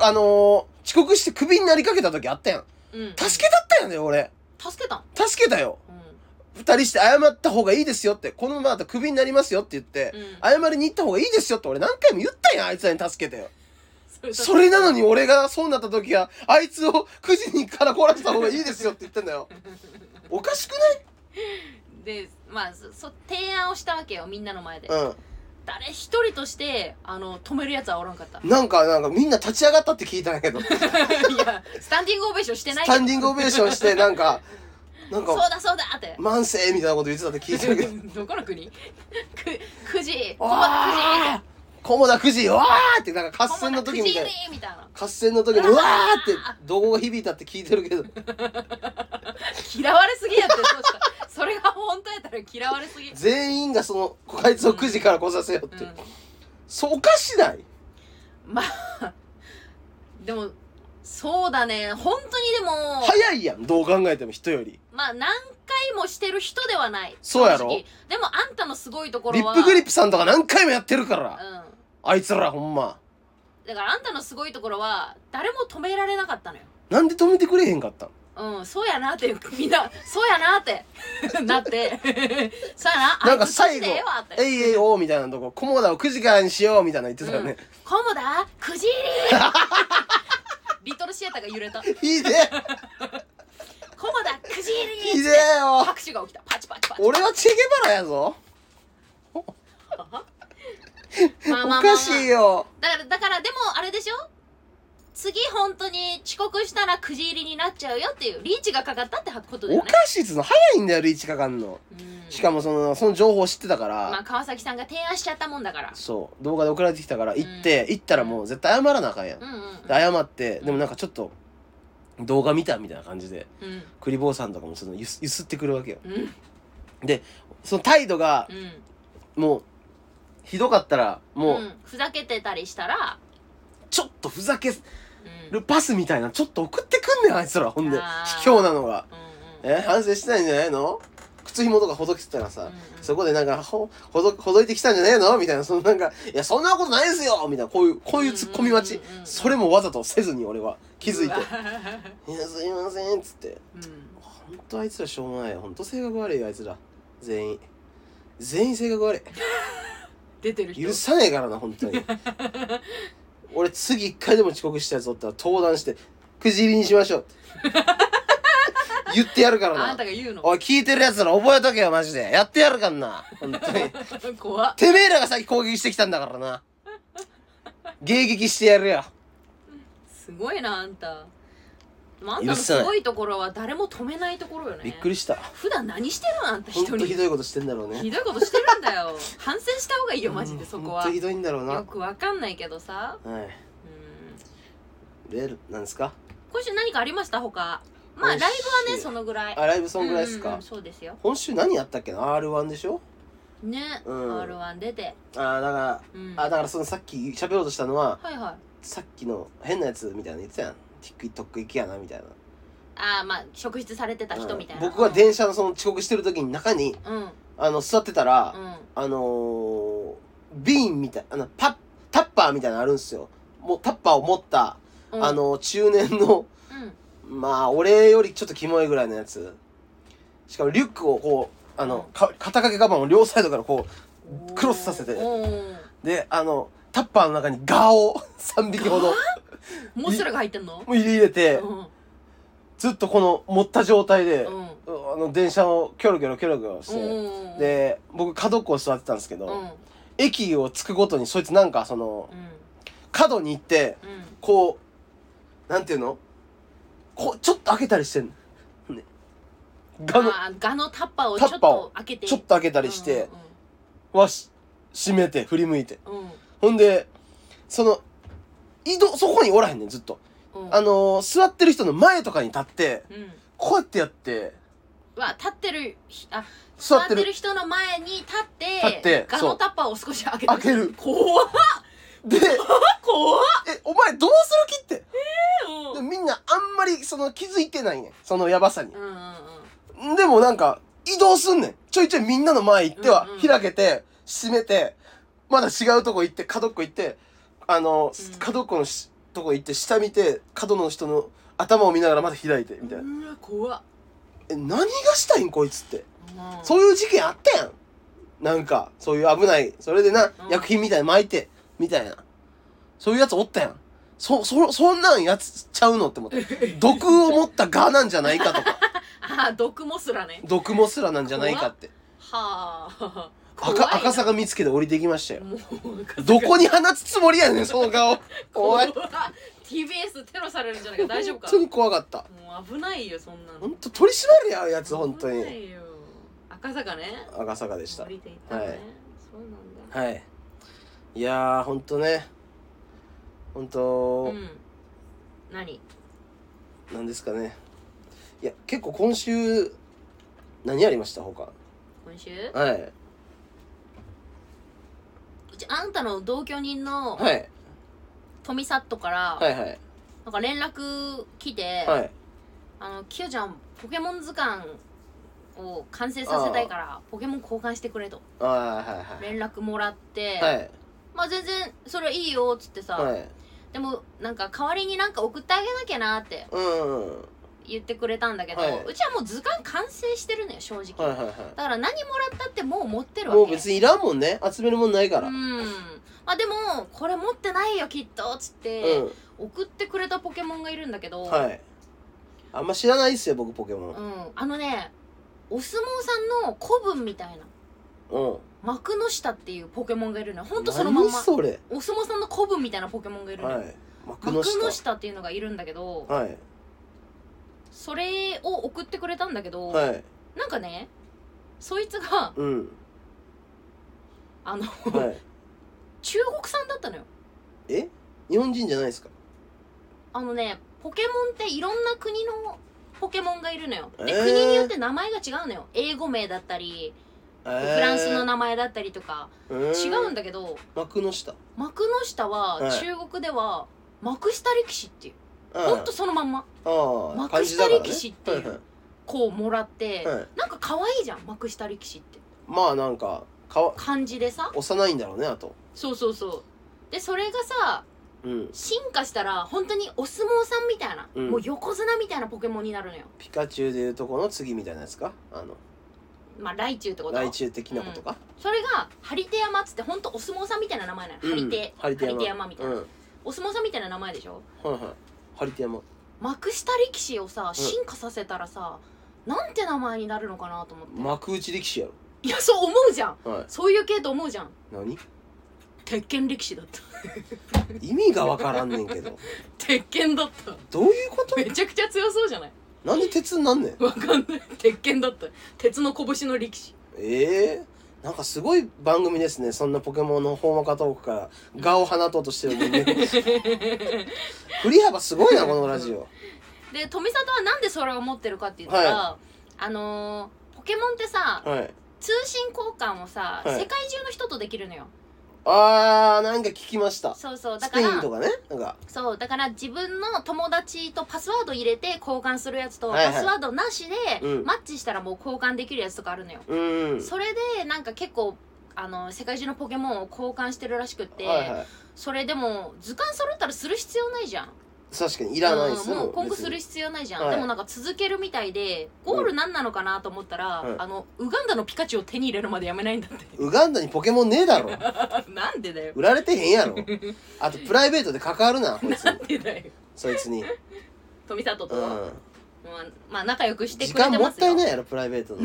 Speaker 2: あのー遅刻してクビになりかけた時あったやん。
Speaker 1: うん、
Speaker 2: 助けたったよね、俺。
Speaker 1: 助けたん、
Speaker 2: 助けたよ。
Speaker 1: う
Speaker 2: 二人して謝った方がいいですよって。このままだとクビになりますよって言っ
Speaker 1: ん
Speaker 2: て、
Speaker 1: うん、
Speaker 2: 謝りに行った方がいいですよって俺何回も言ったやん。あいつらに助けてよ。
Speaker 1: それ
Speaker 2: それなのに俺がそうなった時はあいつを9時にから凍らせた方がいいですよって言ってんだよおかしくない
Speaker 1: でまあそそ提案をしたわけよみんなの前で、
Speaker 2: う
Speaker 1: 誰一人としてあの止めるやつはおらんかったい
Speaker 2: ん。なんか、なんかみんな立ち上がったって聞いたんやけど、ス
Speaker 1: やスタンディングオベーションしてないけど
Speaker 2: タンディングオベーションして、なんか、なん
Speaker 1: そう
Speaker 2: か、
Speaker 1: だそうだって
Speaker 2: 万世みたいなこと言ってたって聞いたん やけど、
Speaker 1: どこの国く9時
Speaker 2: おー菰田9時、わーって、なんか合戦の時みたいな。
Speaker 1: みたいな
Speaker 2: 合戦の時に、うわーって、どこが響いたって聞いてるけど、
Speaker 1: 嫌われすぎやってそうしたそれが本当やったら嫌われすぎ、うん
Speaker 2: 全員がその、こいつを9時から来させようって。そう、おかしない
Speaker 1: まあでもそうだね本当にでも、
Speaker 2: 早いやん、どう考えても人より。
Speaker 1: まあ何回もしてる人ではない
Speaker 2: そうやろ
Speaker 1: 正直でもあんたのすごいとこ
Speaker 2: リ
Speaker 1: ろ
Speaker 2: ッ
Speaker 1: は
Speaker 2: プグリップさんとか何回もやってるから、
Speaker 1: うん
Speaker 2: あいつらほんま。
Speaker 1: だからあんたのすごいところは誰も止められなかったのよ
Speaker 2: なんで止めてくれへんかったん
Speaker 1: うん、そうやなって、みんな、そうやなって、 なって、 そうやな、
Speaker 2: な
Speaker 1: あいつ
Speaker 2: んか
Speaker 1: マ
Speaker 2: 最
Speaker 1: ジで
Speaker 2: 後
Speaker 1: ええわっ、て。
Speaker 2: えいえいおーみたいなとこ、コモダを9時からにしようみたいなの言ってたよね。
Speaker 1: コモダくじり リトルシアターが揺れた。コ
Speaker 2: ひで
Speaker 1: モダくじり
Speaker 2: えひでえよ
Speaker 1: 拍手が起きた。パチパチパチ。
Speaker 2: 俺はチェゲバラやぞ
Speaker 1: まあま
Speaker 2: お
Speaker 1: あまあまあ
Speaker 2: かしいよ
Speaker 1: だから、だから、でも、あれでしょ次、本当に遅刻したらくじ入りになっちゃうよっていう、リーチがかかったってことだ
Speaker 2: お
Speaker 1: よね。
Speaker 2: かしいっつうの早いんだよリーチかかんの
Speaker 1: うん
Speaker 2: しかもそのその情報を知ってたから、
Speaker 1: まあ、川崎さんが提案しちゃったもんだから。
Speaker 2: そう動画で送られてきたから行って、行ったらもう絶対謝らなあかんやん、
Speaker 1: う
Speaker 2: で
Speaker 1: んうん
Speaker 2: 謝って
Speaker 1: うん
Speaker 2: でもなんかちょっと動画見たみたいな感じで
Speaker 1: うん。
Speaker 2: クリボーさんとかもそのゆすゆすってくるわけよ
Speaker 1: うん。うん。
Speaker 2: その態度が
Speaker 1: うん。
Speaker 2: もうひどかったらもうん
Speaker 1: ふざけてたりしたら、
Speaker 2: ちょっとふざけ
Speaker 1: うん
Speaker 2: るパスみたいなちょっと送ってくんねんあいつらほんで
Speaker 1: あー
Speaker 2: 卑怯なのが
Speaker 1: うんうん
Speaker 2: え反省してないんじゃないの靴紐とかほどけてたらさ、
Speaker 1: うんうん
Speaker 2: そこでなんかほほどほどいてきたんじゃねえのみたいなそのなんか「いやそんなことないですよ!」みたいなこういうこういうツッコミ待ち、
Speaker 1: うんうんうんうん
Speaker 2: それもわざとせずに俺は気づいうて
Speaker 1: わ
Speaker 2: 「いやすいません」っつって
Speaker 1: うん
Speaker 2: ほんとあいつらしょうもないよほんと性格悪いよあいつら全員全員性格悪
Speaker 1: 出てる
Speaker 2: い
Speaker 1: 人
Speaker 2: 許さねえからなほんとに俺次一回でも遅刻したやつおったら登壇して「くじ入りにしましょう」って言ってやるから
Speaker 1: あ
Speaker 2: なん
Speaker 1: たが言うの
Speaker 2: おい、聞いてる奴ら覚えとけよ、マジで。やってやるかんな。本当 に。
Speaker 1: 怖って
Speaker 2: めえらがさっき攻撃してきたんだからな。迎撃してやるよ。
Speaker 1: すごいなあんたでもあんた
Speaker 2: 許
Speaker 1: の
Speaker 2: さない
Speaker 1: すごいところは誰も止めないところよね
Speaker 2: びっくりした。
Speaker 1: 普段何してるのあんた
Speaker 2: ほん
Speaker 1: 人
Speaker 2: と
Speaker 1: に
Speaker 2: ひどいことしてんだろうね。
Speaker 1: ひどいことしてるんだよ反省した方がいいよマジでそこは
Speaker 2: ほんと
Speaker 1: よ
Speaker 2: ひどいんだろうな。は
Speaker 1: くわかんないけどさ
Speaker 2: い。
Speaker 1: うん
Speaker 2: レール、なんですか
Speaker 1: 今週何かありました他まあライ
Speaker 2: 今週
Speaker 1: ブはねそのぐらい
Speaker 2: あ、ライブそんぐらいで
Speaker 1: う
Speaker 2: す
Speaker 1: んうんう
Speaker 2: か
Speaker 1: ん。そうですよ
Speaker 2: 今週何やったっけな ?R1 でしょ
Speaker 1: ね
Speaker 2: うん
Speaker 1: R1 出て
Speaker 2: あー、だか
Speaker 1: うん
Speaker 2: ら、あ、だからそのさっき喋ろうとしたのは、
Speaker 1: はいはい
Speaker 2: さっきの変なやつみたいなの言ってたやん。TikTok 行きやな、みたいな。
Speaker 1: ああまあ職質されてた人みたいな
Speaker 2: うん僕は電車のその遅刻してる時に中に、
Speaker 1: うんうん
Speaker 2: あの、座ってたら、
Speaker 1: うん
Speaker 2: あのー、瓶みたいあのパッタッパーみたいなのあるんですよもうタッパーを持った、
Speaker 1: うん
Speaker 2: あの中年の
Speaker 1: うん
Speaker 2: まあ俺よりちょっとキモいぐらいのやつしかもリュックをこうあの、
Speaker 1: う
Speaker 2: か肩掛けカバンを両サイドからこクロスさせて
Speaker 1: おー
Speaker 2: うであのタッパーの中にガ を3匹ほど
Speaker 1: モスラが入ってんの
Speaker 2: もう入れ入れて
Speaker 1: うん
Speaker 2: ずっとこの持った状態で、
Speaker 1: うん
Speaker 2: あの電車をキョロキョロキョロキョロして、
Speaker 1: うん
Speaker 2: で僕角っこを座ってたんですけど、
Speaker 1: うんうん
Speaker 2: 駅を着くごとにそいつなんかその角に行って
Speaker 1: うん
Speaker 2: こう、なんていうのこう、ちょっと開けたりしてんの。ね。ガの、
Speaker 1: あーガのタッパーをちょっ
Speaker 2: タッパーを
Speaker 1: と開けて
Speaker 2: ちょっと開けたりして、わし、閉めて、振り向いて。
Speaker 1: うんうん
Speaker 2: ほんで、その、移動、そこにおらへんねん、ずっと。
Speaker 1: うんうん
Speaker 2: あのー座ってる人の前とかに立って、
Speaker 1: うん
Speaker 2: こうやってやって、
Speaker 1: は立ってるひあ
Speaker 2: 座
Speaker 1: 座
Speaker 2: っ
Speaker 1: って
Speaker 2: て
Speaker 1: る
Speaker 2: る。
Speaker 1: 人の前に立って
Speaker 2: 立って
Speaker 1: ガ
Speaker 2: そ
Speaker 1: の
Speaker 2: う
Speaker 1: タッパーを少し開けて
Speaker 2: 開ける
Speaker 1: 怖っ
Speaker 2: で、
Speaker 1: 怖っ
Speaker 2: え、お前どうする気って。でみんなあんまりその気づいてないねん。そのやばさに
Speaker 1: うん。うんうん
Speaker 2: でもなんか、移動すんねん。ちょいちょいみんなの前行っては
Speaker 1: うんうん、
Speaker 2: 開けて、閉めて、まだ違うとこ行って、角っこ行って、あの、
Speaker 1: うん
Speaker 2: 角っこのしとこ行って、下見て、角の人の頭を見ながらまだ開いて、みたいな。
Speaker 1: うわ怖っ
Speaker 2: え、何がしたいんこいつって。
Speaker 1: うん
Speaker 2: そういう事件あったやん。なんか、そういう危ない。それでな、
Speaker 1: うん
Speaker 2: 薬品みたいに巻いて、みたいな。そういうやつおったやん。 そ、そ、そんなんやつちゃうのって思って。毒を持ったガなんじゃないかとか。
Speaker 1: ああ毒もすらね
Speaker 2: 毒もすらなんじゃないかって
Speaker 1: はあ怖い
Speaker 2: 赤
Speaker 1: な
Speaker 2: 赤坂見つけて降りてきましたよ
Speaker 1: もう
Speaker 2: どこに放つつもりやねんその顔怖 い
Speaker 1: 怖 TBS テロされるんじゃないか大丈夫
Speaker 2: 本
Speaker 1: か
Speaker 2: 当に怖かった
Speaker 1: もう危ないよそんなの
Speaker 2: 本当取り締まるやんやつ本当
Speaker 1: 危な
Speaker 2: に
Speaker 1: いよ赤坂ね
Speaker 2: 赤坂でした
Speaker 1: 降りていったのね、
Speaker 2: はい
Speaker 1: そうなんだ
Speaker 2: はいいやー本当ね本
Speaker 1: う
Speaker 2: 当
Speaker 1: ん何
Speaker 2: なんですかねいや結構今週何やりました他
Speaker 1: 今週
Speaker 2: はいう
Speaker 1: ちあんたの同居人の
Speaker 2: はい
Speaker 1: 富里から、
Speaker 2: はいはい
Speaker 1: なんか連絡来て、
Speaker 2: はい
Speaker 1: あのキヨちゃんポケモン図鑑を完成させたいからポケモン交換してくれと
Speaker 2: あーはいはい
Speaker 1: 連絡もらって、
Speaker 2: はい
Speaker 1: まあ全然それいいよっつってさ、
Speaker 2: はい
Speaker 1: でもなんか代わりになんか送ってあげなきゃなって
Speaker 2: うんうん
Speaker 1: 言ってくれたんだけど、
Speaker 2: はいう
Speaker 1: ちはもう図鑑完成してるのよ正直、
Speaker 2: はいはい
Speaker 1: だから何もらったってもう持ってる
Speaker 2: はい
Speaker 1: わけ
Speaker 2: もう別にいらんもんね集めるもんないから
Speaker 1: う
Speaker 2: うん
Speaker 1: んまあでもこれ持ってないよきっとっつって、送ってくれたポケモンがいるんだけど、
Speaker 2: はいあんま知らないっすよ僕ポケ
Speaker 1: う
Speaker 2: モン
Speaker 1: ん、あのねお相撲さんの古文みたいな
Speaker 2: うん
Speaker 1: 幕の下っていうポケモンがいるのよほんとそのまん
Speaker 2: 何
Speaker 1: ま
Speaker 2: それ
Speaker 1: お相撲さんの古文みたいなポケモンがいるのよ、
Speaker 2: はい幕
Speaker 1: 幕の
Speaker 2: の下
Speaker 1: 下っていうのがいるんだけど、
Speaker 2: はい
Speaker 1: それを送ってくれたんだけど、
Speaker 2: はい
Speaker 1: なんかねそいつが
Speaker 2: うん
Speaker 1: あの、
Speaker 2: はい
Speaker 1: 中国産だったのよ
Speaker 2: え日本人じゃないですか
Speaker 1: あのねポケモンっていろんな国のポケモンがいるのよで、
Speaker 2: えー
Speaker 1: 国によって名前が違うのよ英語名だったり
Speaker 2: フ
Speaker 1: フランスの名前だったりとか、違うん
Speaker 2: だ
Speaker 1: だけど
Speaker 2: 幕の下
Speaker 1: 幕の下は
Speaker 2: はい
Speaker 1: 中国では幕下力士っていう、ほんとそのまんま
Speaker 2: ああ
Speaker 1: 幕下力士っていうこうもらって、
Speaker 2: はいはい
Speaker 1: なんか可愛いじゃん幕下力士って
Speaker 2: まあなんかかわ
Speaker 1: 漢字でさ
Speaker 2: 幼いんだろうねあと
Speaker 1: そうそうそうでそれがさ
Speaker 2: うん
Speaker 1: 進化したら本当にお相撲さんみたいな、
Speaker 2: うん
Speaker 1: もう横綱みたいなポケモンになるのよ
Speaker 2: ピカチュウでいうとこの次みたいなやつかあの
Speaker 1: まあライチュウってこと
Speaker 2: ライチュウ的なことか
Speaker 1: それが張り手山っつって本当お相撲さんみたいな名前なの、張り手
Speaker 2: ハリテ山
Speaker 1: みたいな、
Speaker 2: うん
Speaker 1: お相撲さんみたいな名前でしょ
Speaker 2: はいはいハリテ山
Speaker 1: 幕下力士をさ進化させたらさ、なんて名前になるのかなと思って、
Speaker 2: 幕内力士や
Speaker 1: いやそう思うじゃん
Speaker 2: ろはい
Speaker 1: そういう系と思うじゃん
Speaker 2: 何
Speaker 1: 鉄拳力士だった
Speaker 2: 意味がわからんねんけど
Speaker 1: 鉄拳だった
Speaker 2: どういうこと
Speaker 1: めちゃくちゃ強そうじゃない
Speaker 2: なんで鉄になんねん
Speaker 1: わかんない鉄拳だった鉄の拳の力士
Speaker 2: ええなんかすごい番組ですねそんなポケモンのほんわかトークから蛾を放とうとしてる人 間振り幅すごいなこのラジオ
Speaker 1: で富里はなんでそれを持ってるかって言ったら、
Speaker 2: は
Speaker 1: あのーポケモンってさ
Speaker 2: はい
Speaker 1: 通信交換をさ、
Speaker 2: はい
Speaker 1: 世界中の人とできるのよ
Speaker 2: あーなんか聞きました
Speaker 1: そうそうだ
Speaker 2: ス
Speaker 1: か
Speaker 2: ペイ
Speaker 1: ら
Speaker 2: ンとかねなんか
Speaker 1: そうだから自分の友達とパスワード入れて交換するやつと、
Speaker 2: はいはい
Speaker 1: パスワードなしで、
Speaker 2: うん
Speaker 1: マッチしたらもう交換できるやつとかあるのよ、
Speaker 2: うん
Speaker 1: それでなんか結構あの世界中のポケモンを交換してるらしくって、
Speaker 2: はいはい
Speaker 1: それでも図鑑揃ったらする必要ないじゃん
Speaker 2: 確かにいらないです
Speaker 1: うんもう今後する
Speaker 2: 必
Speaker 1: 必要ないじゃん、
Speaker 2: はい
Speaker 1: でもなんか続けるみたいでゴール何なのかなと思ったら、
Speaker 2: うん
Speaker 1: あのウガンダのピカチュウを手に入れるまでやめないんだっ て
Speaker 2: 要ウガンダにポケモンねえだろ
Speaker 1: なんでだよ
Speaker 2: 売られてへんやろあとプライベートで関わるなこいつ
Speaker 1: なんでだよ
Speaker 2: そいつに、
Speaker 1: 富里と
Speaker 2: う
Speaker 1: は、
Speaker 2: ん、
Speaker 1: まあ、まあ仲良くして
Speaker 2: 時
Speaker 1: くれ
Speaker 2: 間
Speaker 1: て
Speaker 2: も
Speaker 1: ま
Speaker 2: っ
Speaker 1: すよ
Speaker 2: たいないやろプライベートの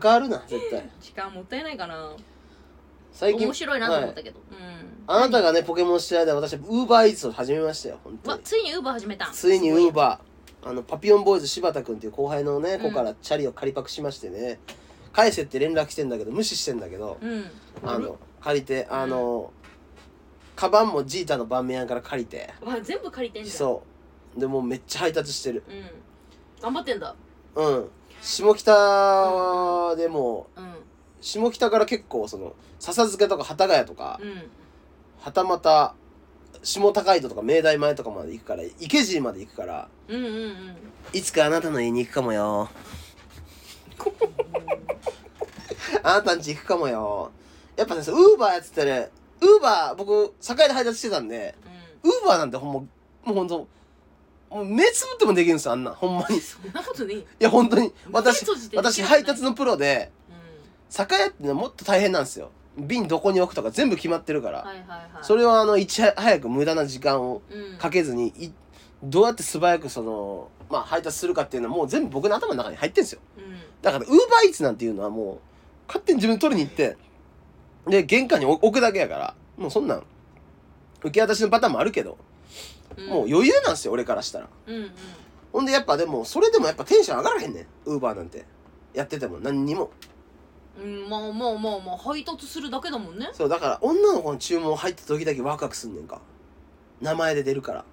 Speaker 2: 関わるな絶対
Speaker 1: 時間もったいないかな
Speaker 2: 最近
Speaker 1: 面白いなと思っ
Speaker 2: は
Speaker 1: たけど、うん
Speaker 2: あなたがねポケモンしてる間私ウーバーイーツを始めましたよ本当
Speaker 1: わ
Speaker 2: に
Speaker 1: ついにウーバー始めたん
Speaker 2: ついにウー
Speaker 1: ー
Speaker 2: バーあのパピオンボーイズ柴田君っていう後輩のね
Speaker 1: うん
Speaker 2: 子からチャリを借りパクしましてね、返せって連絡来てんだけど無視してんだけど、
Speaker 1: うん
Speaker 2: あ
Speaker 1: 悪っ
Speaker 2: の借りてあの、カバンもジータの盤面屋から借りて
Speaker 1: わ全部借りてんじゃん
Speaker 2: そうでもうめっちゃ配達してる
Speaker 1: うん頑張ってんだ
Speaker 2: うん下北でも
Speaker 1: うん
Speaker 2: 下北から結構その笹塚とか幡ヶ谷とか、
Speaker 1: うん
Speaker 2: はたまた下高井戸とか明大前とかまで行くから池尻まで行くから
Speaker 1: うんうん うん
Speaker 2: いつかあなたの家に行くかもよあなたん家行くかもよやっぱねウーバーやってたらウーバー僕堺で配達してたんでウーバーなんてほんまもうほんともう目つぶってもできるんですよあんなほんま
Speaker 1: う
Speaker 2: に
Speaker 1: ん
Speaker 2: い
Speaker 1: そんなことねえよ
Speaker 2: や本当に私
Speaker 1: 目閉じてる
Speaker 2: 私配達のプロで
Speaker 1: うん
Speaker 2: 酒屋ってのはもっと大変なんですよ瓶どこに置くとか全部決まってるから、
Speaker 1: はいはいはい
Speaker 2: それはあのいち早く無駄な時間を
Speaker 1: うん
Speaker 2: かけずにいどうやって素早くその、まあ、配達するかっていうのはもう全部僕の頭の中に入ってんですよ。
Speaker 1: うん
Speaker 2: だから、ウーバーイーツなんていうのはもう、勝手に自分で取りに行って、で、玄関に置くだけやから、もうそんなん、受け渡しのパターンもあるけど、
Speaker 1: うん
Speaker 2: もう余裕なんですよ、俺からしたら。
Speaker 1: うんうん
Speaker 2: ほんでやっぱでも、それでもやっぱテンション上がらへんねん。ウーバーなんて。やってても何にも。
Speaker 1: うんまあまあまあまあ配達するだけだもんね
Speaker 2: そう、だから女の子の注文入った時だけワクワクすんねんか。名前で出るから。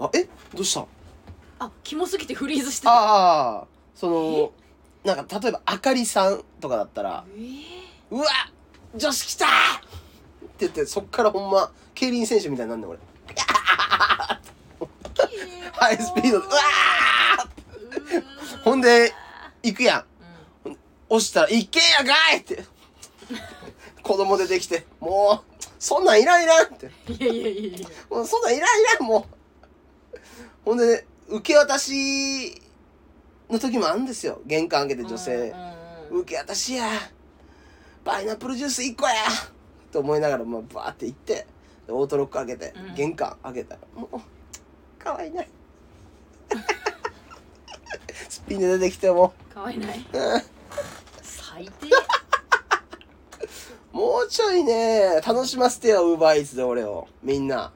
Speaker 2: あ、えどうした
Speaker 1: あキモすぎてフリーズしてた
Speaker 2: ああ、その、なんか例えば、あかりさんとかだったら、
Speaker 1: ええ
Speaker 2: うわ女子来たーって言って、そっからほんま、競輪選手みたいになんねん俺。ハイスピードで、うわー
Speaker 1: ー
Speaker 2: ほんで、行くやん。
Speaker 1: う
Speaker 2: 押したら、行けやかいって。子供出てきて、もう、そんなんいらんいらんって。
Speaker 1: んいやいやいやいや
Speaker 2: もうそんなんいらんいらん、もう。ほんでね、受け渡しの時もあるんですよ。玄関開けて女性。
Speaker 1: うんうん
Speaker 2: 受け渡しやパイナップルジュース1個やと思いながらもうバーって行ってでオートロック開けて、
Speaker 1: うん
Speaker 2: 玄関開けたらもうかわい ないすっぴんで出てきても
Speaker 1: かわいない
Speaker 2: うん
Speaker 1: 最低
Speaker 2: もうちょいね楽しませてよウーバーイーツで俺をみんな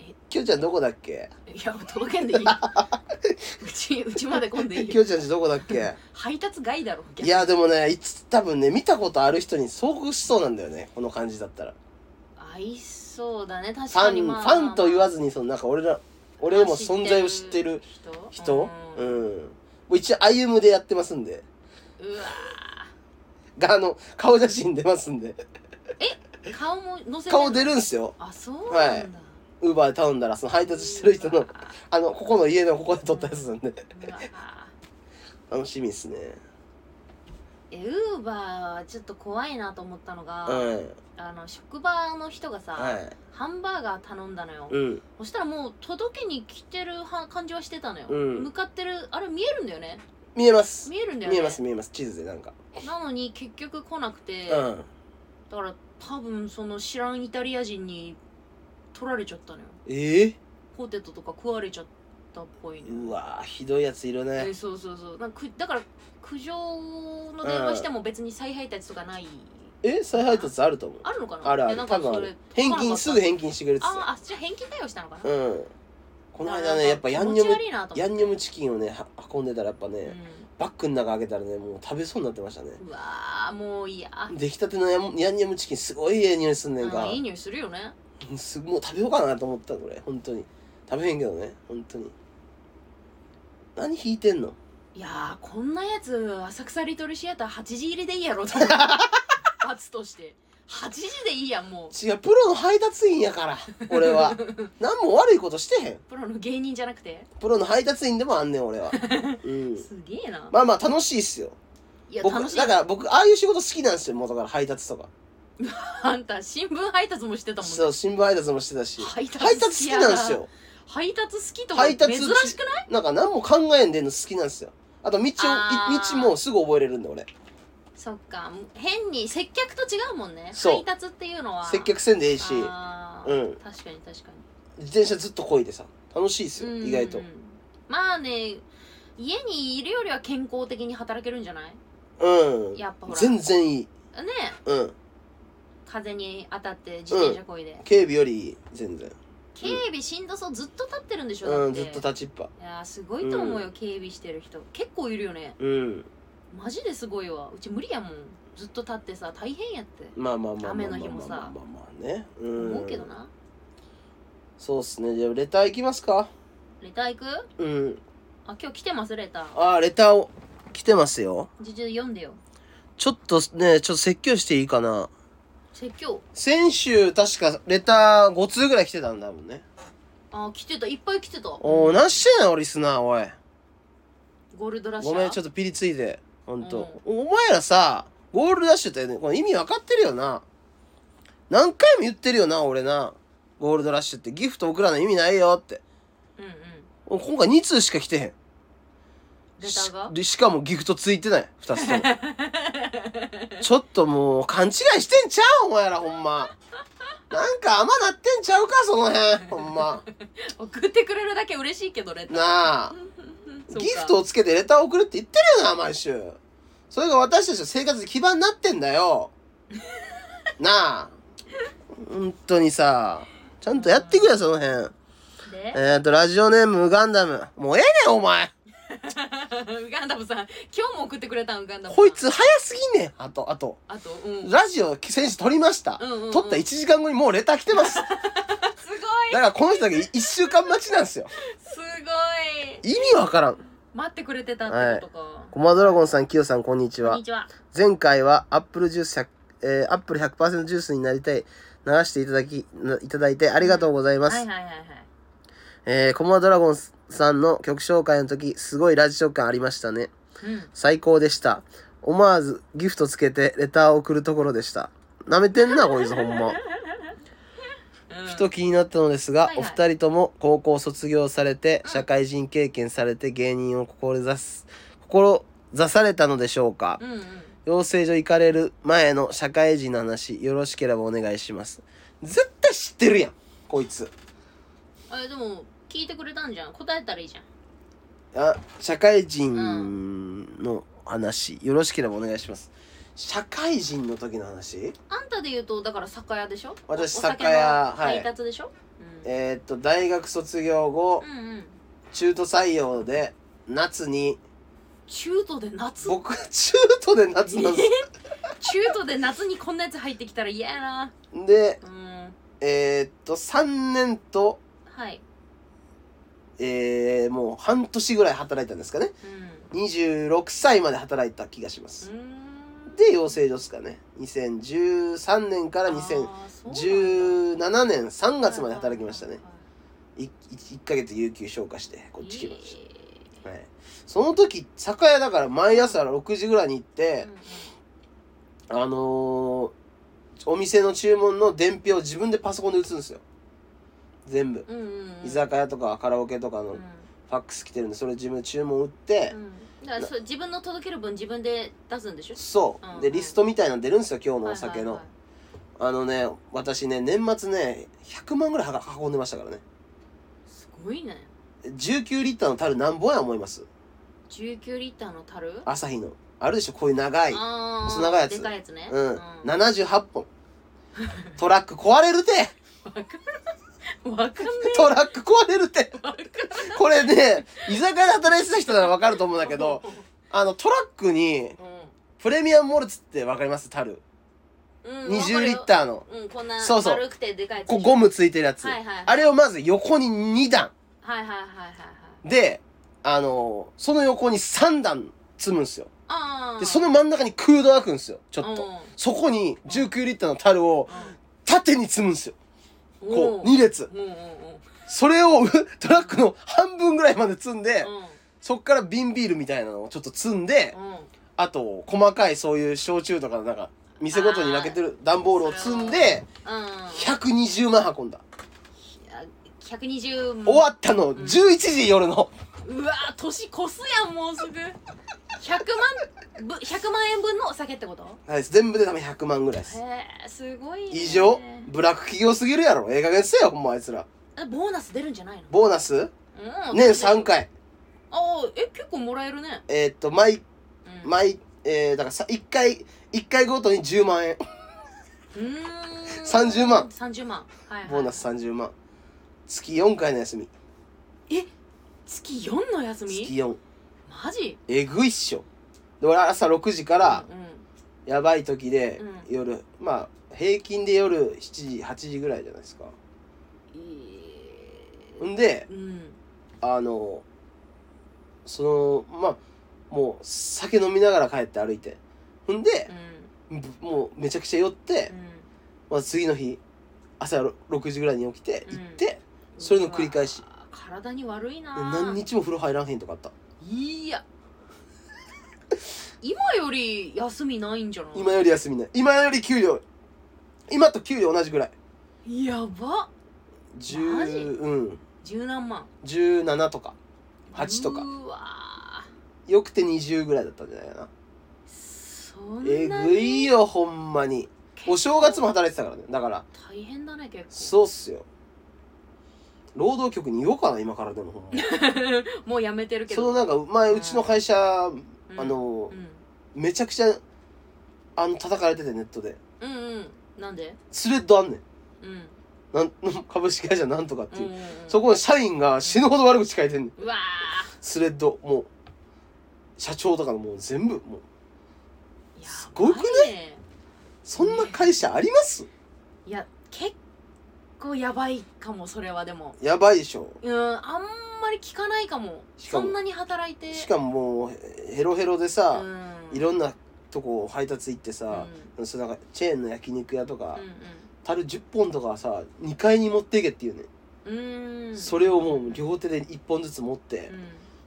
Speaker 1: え
Speaker 2: きょうちゃんどこだっけ
Speaker 1: いや届けんでいいうちうちまで来んでいい
Speaker 2: きょうちゃんちどこだっけ
Speaker 1: 配達外だろ逆
Speaker 2: い
Speaker 1: に
Speaker 2: やでもねいつ多分ね見たことある人に遭遇しそうなんだよねこの感じだったら
Speaker 1: 合いそうだね確
Speaker 2: ファ
Speaker 1: か
Speaker 2: ン、
Speaker 1: に、まあ、
Speaker 2: ファンと言わずに、そのなんか俺ら、俺も存在を知ってる人、う
Speaker 1: うんん、。
Speaker 2: もう一応、歩むでやってますんで、
Speaker 1: うわ
Speaker 2: が、あの、顔写真出ますんで、
Speaker 1: ー顔も載せて
Speaker 2: 顔出るんすよ。
Speaker 1: あそうなんだ、
Speaker 2: ウーバーで頼んだら、その配達してる人
Speaker 1: う
Speaker 2: の
Speaker 1: わ、
Speaker 2: あの、ここの家のここで撮ったやつなんで、
Speaker 1: うわ
Speaker 2: 楽しみっすね。
Speaker 1: えウーバーはちょっと怖いなと思ったのが、
Speaker 2: うん。
Speaker 1: あの職場の人がさ、
Speaker 2: はい。
Speaker 1: ハンバーガー頼んだのよ、
Speaker 2: うん。
Speaker 1: そしたらもう届けに来てるは感じはしてたのよ、
Speaker 2: うん
Speaker 1: 向かってるあれ見えるんだよね
Speaker 2: 見えます。
Speaker 1: 見えるんだよね
Speaker 2: 見えます、見えます。地図でなんか。
Speaker 1: なのに結局来なくて、
Speaker 2: うん。
Speaker 1: だから多分その知らんイタリア人に取られちゃったのよ
Speaker 2: ええ
Speaker 1: ポテトとか食われちゃったっぽいね、
Speaker 2: うわぁ、ひどいやついる
Speaker 1: え
Speaker 2: ね。
Speaker 1: そうそうそうなんかくだから苦情の電話しても別に再配達とかない、
Speaker 2: え再配達あると思う。
Speaker 1: あるのかな
Speaker 2: あるあ
Speaker 1: いやな
Speaker 2: る。
Speaker 1: んか
Speaker 2: 多
Speaker 1: そ
Speaker 2: 分あ
Speaker 1: れ
Speaker 2: る。返金、すぐ返金してくれてた。
Speaker 1: ああじゃあ返金対応したのかな、
Speaker 2: うんこの間ねやっぱヤンニョ
Speaker 1: 気持
Speaker 2: ム
Speaker 1: ち悪いなと思
Speaker 2: ヤ
Speaker 1: って
Speaker 2: ンニョムチキンをねは運んでたらやっぱね、バッグの中開けたらねもう食べそうになってましたね
Speaker 1: うんうわーもういや
Speaker 2: 出来たてのヤンヤンニョムチキンすごいええ匂いすんねん
Speaker 1: あ
Speaker 2: か
Speaker 1: いい匂いするよね
Speaker 2: すもう食べようかなと思ったこれ本当に食べへんけどね本当に何引いてんの
Speaker 1: いやーこんなやつ浅草リトルシアター8時入りでいいやろと思 って罰として8時でいいやんもう
Speaker 2: 違うプロの配達員やから俺 は何も悪いことしてへん
Speaker 1: プロの芸人じゃなくて
Speaker 2: プロの配達員でもあんねん俺はうん
Speaker 1: すげえな、
Speaker 2: まあまあ楽しいっすよ
Speaker 1: いや楽し
Speaker 2: 僕
Speaker 1: い
Speaker 2: だから僕ああいう仕事好きなんですよ元から配達とか
Speaker 1: あんた新聞配達もしてたもんね
Speaker 2: そう新聞配達もしてたし
Speaker 1: 配達
Speaker 2: 配達好きなんですよ
Speaker 1: 配達好きとか
Speaker 2: 配
Speaker 1: 珍しく
Speaker 2: 達
Speaker 1: ない
Speaker 2: なんか何も考えんでんの好きなんですよあと道をい
Speaker 1: あー
Speaker 2: 道もすぐ覚えれるんで俺
Speaker 1: そっか変に接客と違うもんね
Speaker 2: そう
Speaker 1: 配達っていうのは
Speaker 2: 接客せんでええし
Speaker 1: あー
Speaker 2: うん
Speaker 1: 確かに確かに
Speaker 2: 自転車ずっとこいでさ楽しいですよ
Speaker 1: うん
Speaker 2: 意外と
Speaker 1: まあね家にいるよりは健康的に働けるんじゃない
Speaker 2: うん
Speaker 1: やっぱほらね
Speaker 2: 全然いいうん
Speaker 1: 風に当たって自転車こいで、
Speaker 2: 警備よりいい全然
Speaker 1: 警備しんどそうずっと立ってるんでしょだ
Speaker 2: うん
Speaker 1: って
Speaker 2: ずっと立ちっぱ
Speaker 1: いやーすごいと思うよ、
Speaker 2: う
Speaker 1: 警備してる人結構いるよね
Speaker 2: うん
Speaker 1: マジですごいわうち無理やもんずっと立ってさ大変やって、
Speaker 2: まあまあまあま
Speaker 1: 雨
Speaker 2: あま
Speaker 1: の
Speaker 2: あ
Speaker 1: 日も
Speaker 2: ま
Speaker 1: さ
Speaker 2: あまあまあねうん
Speaker 1: 思うけどな
Speaker 2: そうっすねじゃあレター行きますか
Speaker 1: レター行く
Speaker 2: うん
Speaker 1: あ今日来てますレター
Speaker 2: ああレターを来てますよ
Speaker 1: じゃじゃ読んでよ
Speaker 2: ちょっとねちょっと説教していいかな
Speaker 1: 説教
Speaker 2: 先週確かレター5通ぐらい来てたんだもんね。
Speaker 1: あ来てたいっぱい来てた
Speaker 2: おお、なんしてんのリスナー、おい。
Speaker 1: ゴールドラッシャ
Speaker 2: ご
Speaker 1: ー
Speaker 2: めん、ちょっとピリついて。ほんと。お前らさ、ゴールドラッシュって、ね、この意味わかってるよな。何回も言ってるよな、俺な。ゴールドラッシュってギフト送らない意味ないよって。
Speaker 1: うんうん
Speaker 2: 今回2通しか来てへん。
Speaker 1: レターが
Speaker 2: しでしかもギフトついてない。2つ とも。ちょっともう勘違いしてんちゃうお前らほんま。なんか甘なってんちゃうかその辺ほんま
Speaker 1: 送ってくれるだけ嬉しいけどレター
Speaker 2: なあ
Speaker 1: そうか
Speaker 2: ギフトをつけてレターを送るって言ってるよな毎週それが私たちの生活の基盤になってんだ よなあ本当にさちゃんとやってくれよその辺
Speaker 1: で
Speaker 2: えっ、ー、とラジオネームウガンダムもうええねんお前
Speaker 1: ウガンダムさん今日も送ってくれたんウガンダムさん
Speaker 2: こいつ早すぎんねんあとあと
Speaker 1: あとうんす
Speaker 2: ラジオ選手撮りました、
Speaker 1: うんうんうん
Speaker 2: 撮った1時間後にもうレター来てますだか
Speaker 1: ごい
Speaker 2: らこの人だけ1週間待ちなんですよ
Speaker 1: すごい
Speaker 2: 意味わからん
Speaker 1: 待ってくれてたってことか、
Speaker 2: コマドラゴンさんキヨさんこんにち
Speaker 1: こん
Speaker 2: は
Speaker 1: にちは
Speaker 2: 前回はアップルジュース100、えー、アップル100%ジュースになりたい流していただきないただいてありがとうございます、
Speaker 1: はいはいはいはい
Speaker 2: えー、コマドラゴンさんの曲紹介の時すごいラジオ感ありましたね
Speaker 1: うん
Speaker 2: 最高でした思わずギフトつけてレターを送るところでしたなめてんなこいつほんま
Speaker 1: うん
Speaker 2: ふと気になったのですが、
Speaker 1: はいはい
Speaker 2: お二人とも高校を卒業されて社会人経験されて芸人を志す志されたのでしょうか、
Speaker 1: うんうん
Speaker 2: 養成所行かれる前の社会人の話よろしければお願いします絶対知ってるやんこいつ
Speaker 1: あでも聞いてくれたんじゃん答えたらいいじゃん
Speaker 2: あ社会人の話よろしければお願いします社会人の時の話
Speaker 1: あんたで言うとだから酒屋でしょ
Speaker 2: 私
Speaker 1: おお酒
Speaker 2: 酒屋
Speaker 1: の
Speaker 2: はい
Speaker 1: 配達でしょ、うん
Speaker 2: えーっと大学卒業後
Speaker 1: うんうん
Speaker 2: 中途採用で夏に
Speaker 1: 中途で夏
Speaker 2: 僕中途で夏なんです
Speaker 1: 中途で夏にこんなやつ入ってきたら嫌やな
Speaker 2: で
Speaker 1: うん
Speaker 2: えーっと3年と
Speaker 1: はい
Speaker 2: えーもう半年ぐらい働いたんですかね
Speaker 1: うん
Speaker 2: 26歳まで働いた気がします
Speaker 1: うーん
Speaker 2: で養成所ですかね2013年から
Speaker 1: あーそうなんだ
Speaker 2: 2017年3月まで働きましたね1ヶ月有給消化してこっち来まし
Speaker 1: え
Speaker 2: た、はい、その時酒屋だから毎朝6時ぐらいに行って
Speaker 1: ー、
Speaker 2: あのーお店の注文の伝票を自分でパソコンで打つんですよ全部
Speaker 1: うんうんうんうん
Speaker 2: 居酒屋とかカラオケとか
Speaker 1: う
Speaker 2: の
Speaker 1: ん
Speaker 2: ファックス来てるんでそれ自分で注文打って
Speaker 1: うんだからそう自分の届ける分自分で出すんでしょ
Speaker 2: そ
Speaker 1: うん
Speaker 2: うでリストみたいなの出るんですよ今日のお酒
Speaker 1: は
Speaker 2: の
Speaker 1: いはいはい
Speaker 2: あのね、私ね、年末ね、100万ぐらいは運んでましたからね。
Speaker 1: すごいね
Speaker 2: 19リッターの樽何本や思います
Speaker 1: 19リッターの樽
Speaker 2: 朝日の。あるでしょこういう長い。うん。
Speaker 1: あー
Speaker 2: 細長いやつ
Speaker 1: でかいやつねわ
Speaker 2: 78本。トラック壊れる て
Speaker 1: か んない
Speaker 2: トラック壊れるてこれね、居酒屋で働いてた人ならわかると思うんだけど、あの、トラックに、プレミアムモルツってわかります樽。
Speaker 1: うんうん
Speaker 2: 20リッターの。
Speaker 1: うんこんな
Speaker 2: そうそう
Speaker 1: 丸くてでかいやつ
Speaker 2: こうゴムついてるやつ。
Speaker 1: はいはい
Speaker 2: あれをまず横に2段。
Speaker 1: はいはいはいはいはい
Speaker 2: で、あの、その横に3段積むんですよ。
Speaker 1: あー
Speaker 2: で、その真ん中に空洞開くんですよ、ちょっ
Speaker 1: うん
Speaker 2: と。そこに19リッターの樽を縦に積むんですよ。
Speaker 1: うん
Speaker 2: こ
Speaker 1: お
Speaker 2: う、2列。
Speaker 1: うんうんうん
Speaker 2: それをうトラックの半分ぐらいまで積んで、
Speaker 1: う
Speaker 2: そっから瓶ビールみたいなのをちょっと積んで、
Speaker 1: んうん
Speaker 2: あと、細かいそういう焼酎とかのなんか、店ごとに分けてる段ボールを積んで、
Speaker 1: うん
Speaker 2: 120万運んだ。
Speaker 1: 120万
Speaker 2: 終わったの、11時夜の。
Speaker 1: うわー年越すやんもうすぐ100万ぶ100万円分のお酒ってこと
Speaker 2: はい、全部で多分100万ぐらいです。
Speaker 1: へえすごいね
Speaker 2: 以上、ブラック企業すぎるやろ。ええ加減せえよ、ほんまあいつら。
Speaker 1: あボーナス出るんじゃないの
Speaker 2: ボーナス
Speaker 1: うん
Speaker 2: 年3回。
Speaker 1: ああえ結構もらえるね
Speaker 2: えーっと、毎
Speaker 1: うん
Speaker 2: 毎、えー、だからさ1回1回ごとに10万円
Speaker 1: うーん
Speaker 2: 30万
Speaker 1: 30万はい、はい、
Speaker 2: ボーナス30万月4回の休み
Speaker 1: え月4の休
Speaker 2: 月
Speaker 1: み
Speaker 2: 4
Speaker 1: マジ
Speaker 2: えぐいっしょで俺朝6時から
Speaker 1: う
Speaker 2: やばい時で
Speaker 1: うん
Speaker 2: 夜まあ平均で夜7時8時ぐらいじゃないですか
Speaker 1: んうんえ
Speaker 2: んで
Speaker 1: ーうん
Speaker 2: あのそのまあもう酒飲みながら帰って歩いてんで
Speaker 1: う、
Speaker 2: ぶもうめちゃくちゃ酔って、
Speaker 1: ん
Speaker 2: まあ、次の日朝6時ぐらいに起きて
Speaker 1: うん
Speaker 2: 行って、それの繰り返し
Speaker 1: うわー体に悪いなー
Speaker 2: 何日も風呂入らんへんとかあった
Speaker 1: いや今より休みないんじゃない
Speaker 2: 今より休みない今より給料今と給料同じぐらい
Speaker 1: やばマジ
Speaker 2: 10うん
Speaker 1: 十何万
Speaker 2: 17とか8とか
Speaker 1: うわ
Speaker 2: よくて20ぐらいだったんじゃないかな
Speaker 1: ーそんなに
Speaker 2: えぐいよほんまにお正月も働いてたからね。だから、
Speaker 1: 大変だね結
Speaker 2: そうっすよ。労働局に言おうかな、今からでも。ほんま
Speaker 1: 構 もうやめてるけ
Speaker 2: そ
Speaker 1: ど
Speaker 2: のなんか、前、うちの会社、あ
Speaker 1: うん
Speaker 2: の
Speaker 1: う、ん
Speaker 2: めちゃくちゃ、あの、叩かれてて、ネットで。
Speaker 1: うんうんなんで
Speaker 2: スレッドあんねん。
Speaker 1: うん
Speaker 2: なん株式会社なんとかって
Speaker 1: う
Speaker 2: い
Speaker 1: ん
Speaker 2: う。
Speaker 1: うんうん
Speaker 2: そこの社員が死ぬほど悪口書いてんねん。
Speaker 1: うわ
Speaker 2: スレッド、もう。社長とかのもう全部、もう。
Speaker 1: ー
Speaker 2: すごくね
Speaker 1: やばいね
Speaker 2: そんな会社あります
Speaker 1: いや結構やばいかもそれはでも
Speaker 2: やばいでしょ。
Speaker 1: うんあんまり聞かないかも
Speaker 2: しか
Speaker 1: そ
Speaker 2: も
Speaker 1: んなに働いて
Speaker 2: しかももう、へヘロヘロでさ、
Speaker 1: うん
Speaker 2: いろんなとこ配達行って
Speaker 1: うん
Speaker 2: さ、そうなんかチェーンの焼肉屋と
Speaker 1: う
Speaker 2: か、樽10本とかさ2階に持っていけっていうね、
Speaker 1: んうんうん
Speaker 2: それをもう両手で1本ずつ持って、
Speaker 1: う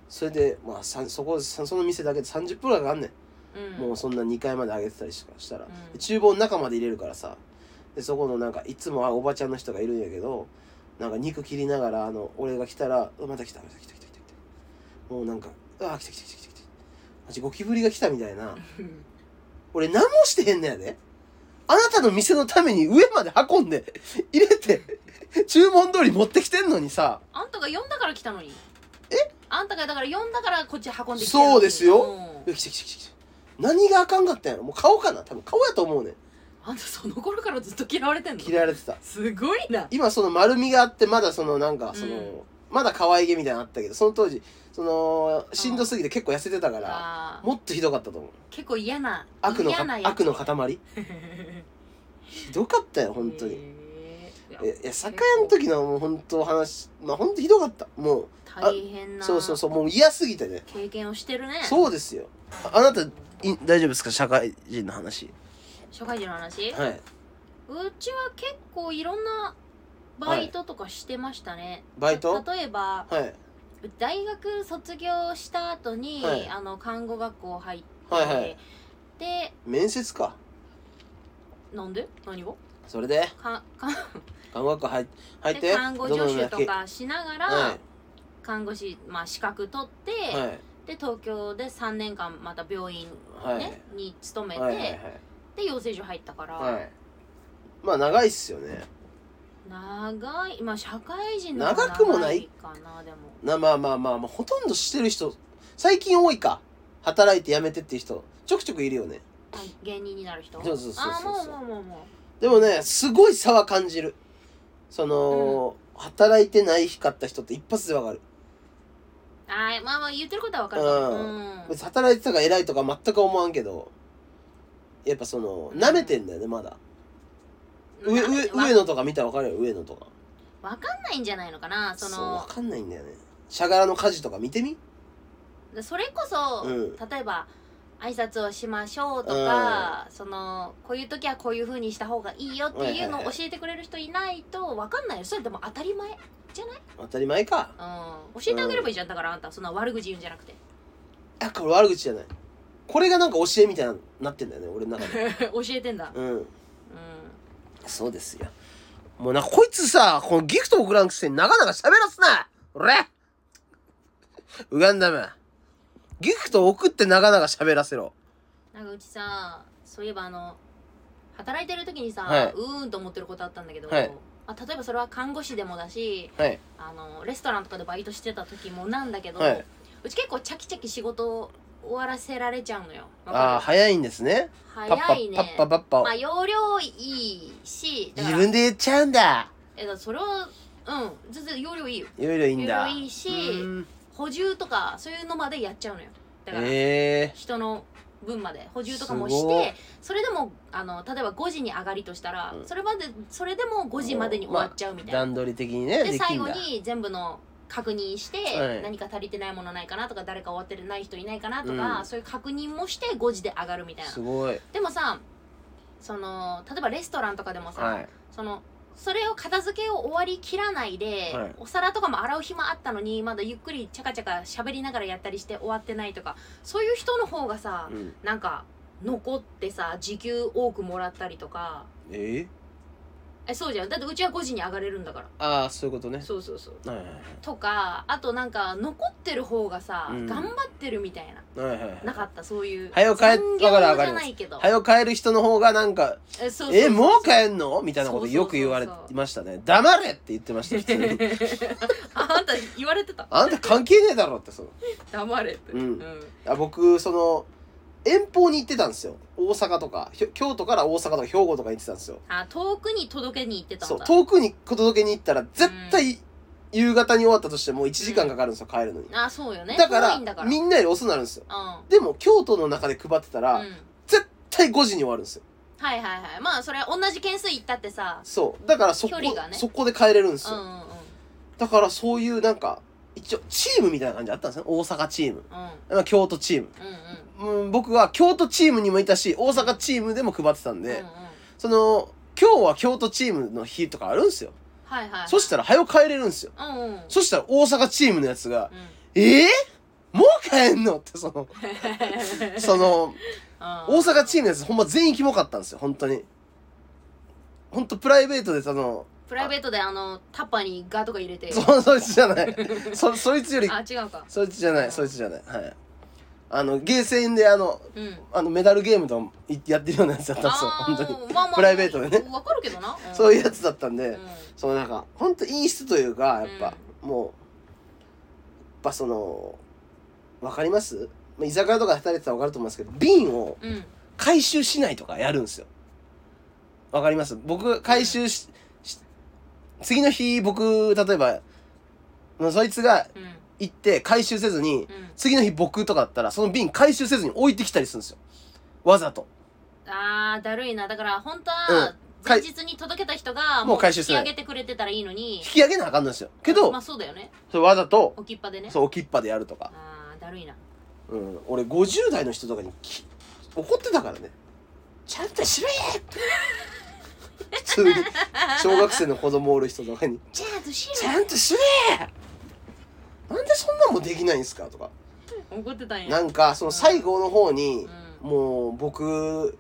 Speaker 2: それで、まあ、さんそこさその店だけで30分ぐらいかかんね
Speaker 1: んうん
Speaker 2: ん、もうそんな2階まで上げてたりとかしたら、
Speaker 1: うん
Speaker 2: で厨房の中まで入れるからさでそこのなんかいつもはおばちゃんの人がいるんやけどなんか肉切りながらあの俺が来たら「うわまた来たまた来た来た来た来た」もうなんか「うわ来た来た来た来た来た」マジゴキブリが来たみたいな。
Speaker 1: うん
Speaker 2: 俺何もしてへんのやで。あなたの店のために上まで運んで、入れて、注文通り持ってきてんのにさ、
Speaker 1: あんたが呼んだから来たのに
Speaker 2: え
Speaker 1: あんたがだから呼んだからこっち運んでき
Speaker 2: そうですよ
Speaker 1: うん
Speaker 2: 来た来た来た来た。何があかんかったんやろもう顔かな多分顔やと思うねん。
Speaker 1: あんたその頃からずっと嫌われてんの
Speaker 2: 嫌われてた。
Speaker 1: すごいな
Speaker 2: 今その丸みがあって、まだそのなんか、その、
Speaker 1: うん
Speaker 2: まだ可愛げみたいなのあったけど、その当時、その、しんどすぎて結構痩せてたから、
Speaker 1: あー
Speaker 2: もっとひどかったと思う。
Speaker 1: 結構嫌な
Speaker 2: 悪のか
Speaker 1: 嫌なやつ
Speaker 2: 悪の塊ひどかったよ、本当
Speaker 1: へ
Speaker 2: に。
Speaker 1: ー
Speaker 2: えいや、酒屋の時のもう本当話、まあ本当ひどかった。もう、
Speaker 1: 大変な
Speaker 2: そうそうそう、もう嫌すぎてね。
Speaker 1: 経験をしてるね
Speaker 2: そうですよ。ああなた、い大丈夫ですか社会人の話。
Speaker 1: 初回時の話、
Speaker 2: はい。
Speaker 1: うちは結構いろんなバイトとかしてましたね、
Speaker 2: バイト
Speaker 1: た例えば
Speaker 2: はい。
Speaker 1: 大学卒業した後に、
Speaker 2: はい
Speaker 1: あの看護学校入って、
Speaker 2: はいはい
Speaker 1: で
Speaker 2: 面接か。
Speaker 1: なんで何を
Speaker 2: それで、
Speaker 1: かか
Speaker 2: 看護学校入っ入っ
Speaker 1: で
Speaker 2: て、
Speaker 1: 看護助手と
Speaker 2: け
Speaker 1: かしながら、
Speaker 2: は
Speaker 1: 看護師、まあ、資格取って、
Speaker 2: い。はい。
Speaker 1: で東京で3年間また病院、ね
Speaker 2: はい。
Speaker 1: に勤めて、
Speaker 2: はい。はい
Speaker 1: で養成所入ったから、
Speaker 2: はい。はい。まあ、長いっすよね。
Speaker 1: 長いまあ社会人の方が
Speaker 2: 長くもない
Speaker 1: 長かなでも
Speaker 2: な、まあまあまあ、まあ、ほとんどしてる人、最近多いか。働いて辞めてっていう人、ちょくちょくいるよね。
Speaker 1: あ芸人になる人
Speaker 2: そうそうそうそう
Speaker 1: あーもうもうもうも
Speaker 2: でもね、すごい差は感じる。その、働いてないかった人って一発でわかる。
Speaker 1: うあーまあまあ言ってることは分かる
Speaker 2: うん
Speaker 1: うん
Speaker 2: 別に働いてたから偉いとか全く思わんけどやっぱその舐めてんだよねまだ上上
Speaker 1: わ
Speaker 2: 上野とか見たら分かるよ上野とか
Speaker 1: わかんないんじゃないのかなそ
Speaker 2: そう
Speaker 1: の
Speaker 2: 分かんないんだよねしゃがらの家事とか見てみ
Speaker 1: それこそ、
Speaker 2: うん
Speaker 1: 例えば挨拶をしましょうとか、そのこういう時はこういうふうにした方がいいよっていうのを
Speaker 2: はいはいは
Speaker 1: 教
Speaker 2: い
Speaker 1: えてくれる人いないとわかんないよそれでも当たり前、うん、
Speaker 2: 当たり前か
Speaker 1: 教えてあげればいいじゃんだからあんたそんな悪口言うんじゃなくて
Speaker 2: あこれ悪口じゃないこれがなんか教えみたいになってんだよね俺の中で
Speaker 1: 教えてんだ
Speaker 2: うん
Speaker 1: う
Speaker 2: そうですよもうなんかこいつさこのギフト送らんくせに長々喋らすな俺ウガンダムギフト送って長々喋らせろ
Speaker 1: んなんかうちさそういえばあの働いてる時にさ、
Speaker 2: はいう
Speaker 1: ーんと思ってることあったんだけど、
Speaker 2: はい
Speaker 1: あ例えばそれは看護師でもだし
Speaker 2: はい
Speaker 1: あのレストランとかでバイトしてた時もなんだけど、
Speaker 2: はいう
Speaker 1: ち結構チャキチャキ仕事を終わらせられちゃうのよわ
Speaker 2: ああ
Speaker 1: か
Speaker 2: 早いんです
Speaker 1: る
Speaker 2: ねパッパ
Speaker 1: 早いね
Speaker 2: パッパパッパ、
Speaker 1: まあ容量いいしだか
Speaker 2: 自
Speaker 1: ら
Speaker 2: 分で言っちゃうんだ
Speaker 1: えだからそれはうん全然容量いいよ
Speaker 2: いろいろいいんだ
Speaker 1: いろいろいいし
Speaker 2: うん
Speaker 1: 補充とかそういうのまでやっちゃうのよだから、
Speaker 2: ええ
Speaker 1: 人の分まで補充とかも
Speaker 2: す
Speaker 1: し
Speaker 2: ごい
Speaker 1: てそれでもあの例えば5時に上がりとしたら、
Speaker 2: うん
Speaker 1: それまでそれでも5時までに終わっちゃうみたいな、
Speaker 2: 段取り的にねで
Speaker 1: で
Speaker 2: き
Speaker 1: 最
Speaker 2: ん
Speaker 1: 後
Speaker 2: だ
Speaker 1: に全部の確認して、
Speaker 2: はい
Speaker 1: 何か足りてないものないかなとか誰か終わってない人いないかなとか、
Speaker 2: うん
Speaker 1: そういう確認もして5時で上がるみたいな
Speaker 2: すごい
Speaker 1: でもさその例えばレストランとかでもさ、
Speaker 2: はい
Speaker 1: そのそれを片付けを終わりきらないで、
Speaker 2: はい
Speaker 1: お皿とかも洗う暇あったのにまだゆっくりチャカチャカ喋りながらやったりして終わってないとかそういう人の方がさ、
Speaker 2: うん
Speaker 1: なんか残ってさ時給多くもらったりとか
Speaker 2: え
Speaker 1: えそうじゃんだってうちは5時に上がれるんだから
Speaker 2: ああそういうことね
Speaker 1: そうそうそう
Speaker 2: はいはいはい
Speaker 1: とかあとなんか残ってる方がさ、
Speaker 2: うん
Speaker 1: 頑張ってるみたいな
Speaker 2: はいはいはい
Speaker 1: なかったそういう
Speaker 2: 早く帰っ
Speaker 1: 残
Speaker 2: わ
Speaker 1: 業
Speaker 2: かるわ
Speaker 1: じ
Speaker 2: か
Speaker 1: ゃ
Speaker 2: りま
Speaker 1: な
Speaker 2: す
Speaker 1: いけど
Speaker 2: 早く帰る人の方がなんか
Speaker 1: えそうそうそう
Speaker 2: えもう帰んのみたいなこと
Speaker 1: そうそうそうそう
Speaker 2: よく言われましたね黙れって言ってました普通 に
Speaker 1: あんた言われてた
Speaker 2: あんた関係ねえだろってそう
Speaker 1: 黙れって
Speaker 2: うん
Speaker 1: うん
Speaker 2: あ僕その遠方に行ってたんですよ大阪とかひょ京都から大阪とか兵庫とか行ってたんですよ
Speaker 1: あ遠くに届けに行ってた
Speaker 2: そ
Speaker 1: ん
Speaker 2: う
Speaker 1: だ
Speaker 2: 遠くに届けに行ったら絶対夕方に終わったとしても1時間かかるんですよ、帰るのに
Speaker 1: あそうよね
Speaker 2: だから
Speaker 1: 遠いんだから
Speaker 2: みんなより遅なるんですよ
Speaker 1: うん
Speaker 2: でも京都の中で配ってたら、
Speaker 1: うん
Speaker 2: 絶対5時に終わるんですよ
Speaker 1: はいはいはいまあそれ同じ件数行ったってさ
Speaker 2: そうだからそこ
Speaker 1: 距離がね
Speaker 2: そこで帰れるんで
Speaker 1: う
Speaker 2: す
Speaker 1: ん
Speaker 2: よ、
Speaker 1: うんうんうん
Speaker 2: だからそういうなんか一応チームみたいな感じあったんですね大阪チーム、まあ、京都チーム
Speaker 1: うんうん
Speaker 2: うん、僕は京都チームにもいたし大阪チームでも配ってたん
Speaker 1: うんう
Speaker 2: で、
Speaker 1: ん
Speaker 2: その今日は京都チームの日とかあるんですよ、
Speaker 1: はいはい
Speaker 2: そしたら早く帰れるんですよ
Speaker 1: らうんうん
Speaker 2: そしたら大阪チームのやつが
Speaker 1: うん
Speaker 2: 「えー、もう帰んの?」ってそ のその大
Speaker 1: 大
Speaker 2: 阪チームのやつほんま全員キモかったんですよ本当に本当プライベートでその
Speaker 1: プライベートであのタッパーにガとか入れて
Speaker 2: そ そいつじゃないそそいつより
Speaker 1: あ違うか
Speaker 2: そいつじゃないそいつじゃないはいあのゲーセンであの
Speaker 1: うん
Speaker 2: あのメダルゲームとかやってるようなやつだったんですよ
Speaker 1: あ
Speaker 2: 本当に
Speaker 1: ーまあまあ
Speaker 2: プライベートでね
Speaker 1: わかるけどな
Speaker 2: そう
Speaker 1: い
Speaker 2: いうやつだったんで、そのなんか本当陰湿というかやっぱ、もうやっぱそのわかりますまあ居酒屋とかで働いてたらわかると思うんですけど瓶を
Speaker 1: うんうん
Speaker 2: 回収しないとかやるんですよわかります僕回収し,し、次の日僕例えばまあそいつが
Speaker 1: うん
Speaker 2: 行って回収せず
Speaker 1: う
Speaker 2: に
Speaker 1: ん
Speaker 2: 次の日僕とかだったらその瓶回収せずに置いてきたりするんですよわざと
Speaker 1: あーだるいなだから本当
Speaker 2: う
Speaker 1: は
Speaker 2: んか
Speaker 1: 前
Speaker 2: い
Speaker 1: 日に届けた人が
Speaker 2: もう回収
Speaker 1: 引
Speaker 2: す
Speaker 1: き
Speaker 2: る
Speaker 1: 上げてくれてたらいいのに
Speaker 2: 引き上げなあかんのですよけど、
Speaker 1: まあそうだよね
Speaker 2: それわざと
Speaker 1: 置きっぱでね
Speaker 2: そう置きっぱでやるとか
Speaker 1: あーだるいな
Speaker 2: うん、俺50代の人とかにき怒ってたからねちゃんとしろや普通に小学生の子供おる人とかに
Speaker 1: じゃあずし
Speaker 2: ちゃんとしろやなんでそんなんもできないんすかとか
Speaker 1: 怒ってたんや
Speaker 2: なんかその最後の方
Speaker 1: う
Speaker 2: に
Speaker 1: ん
Speaker 2: もう僕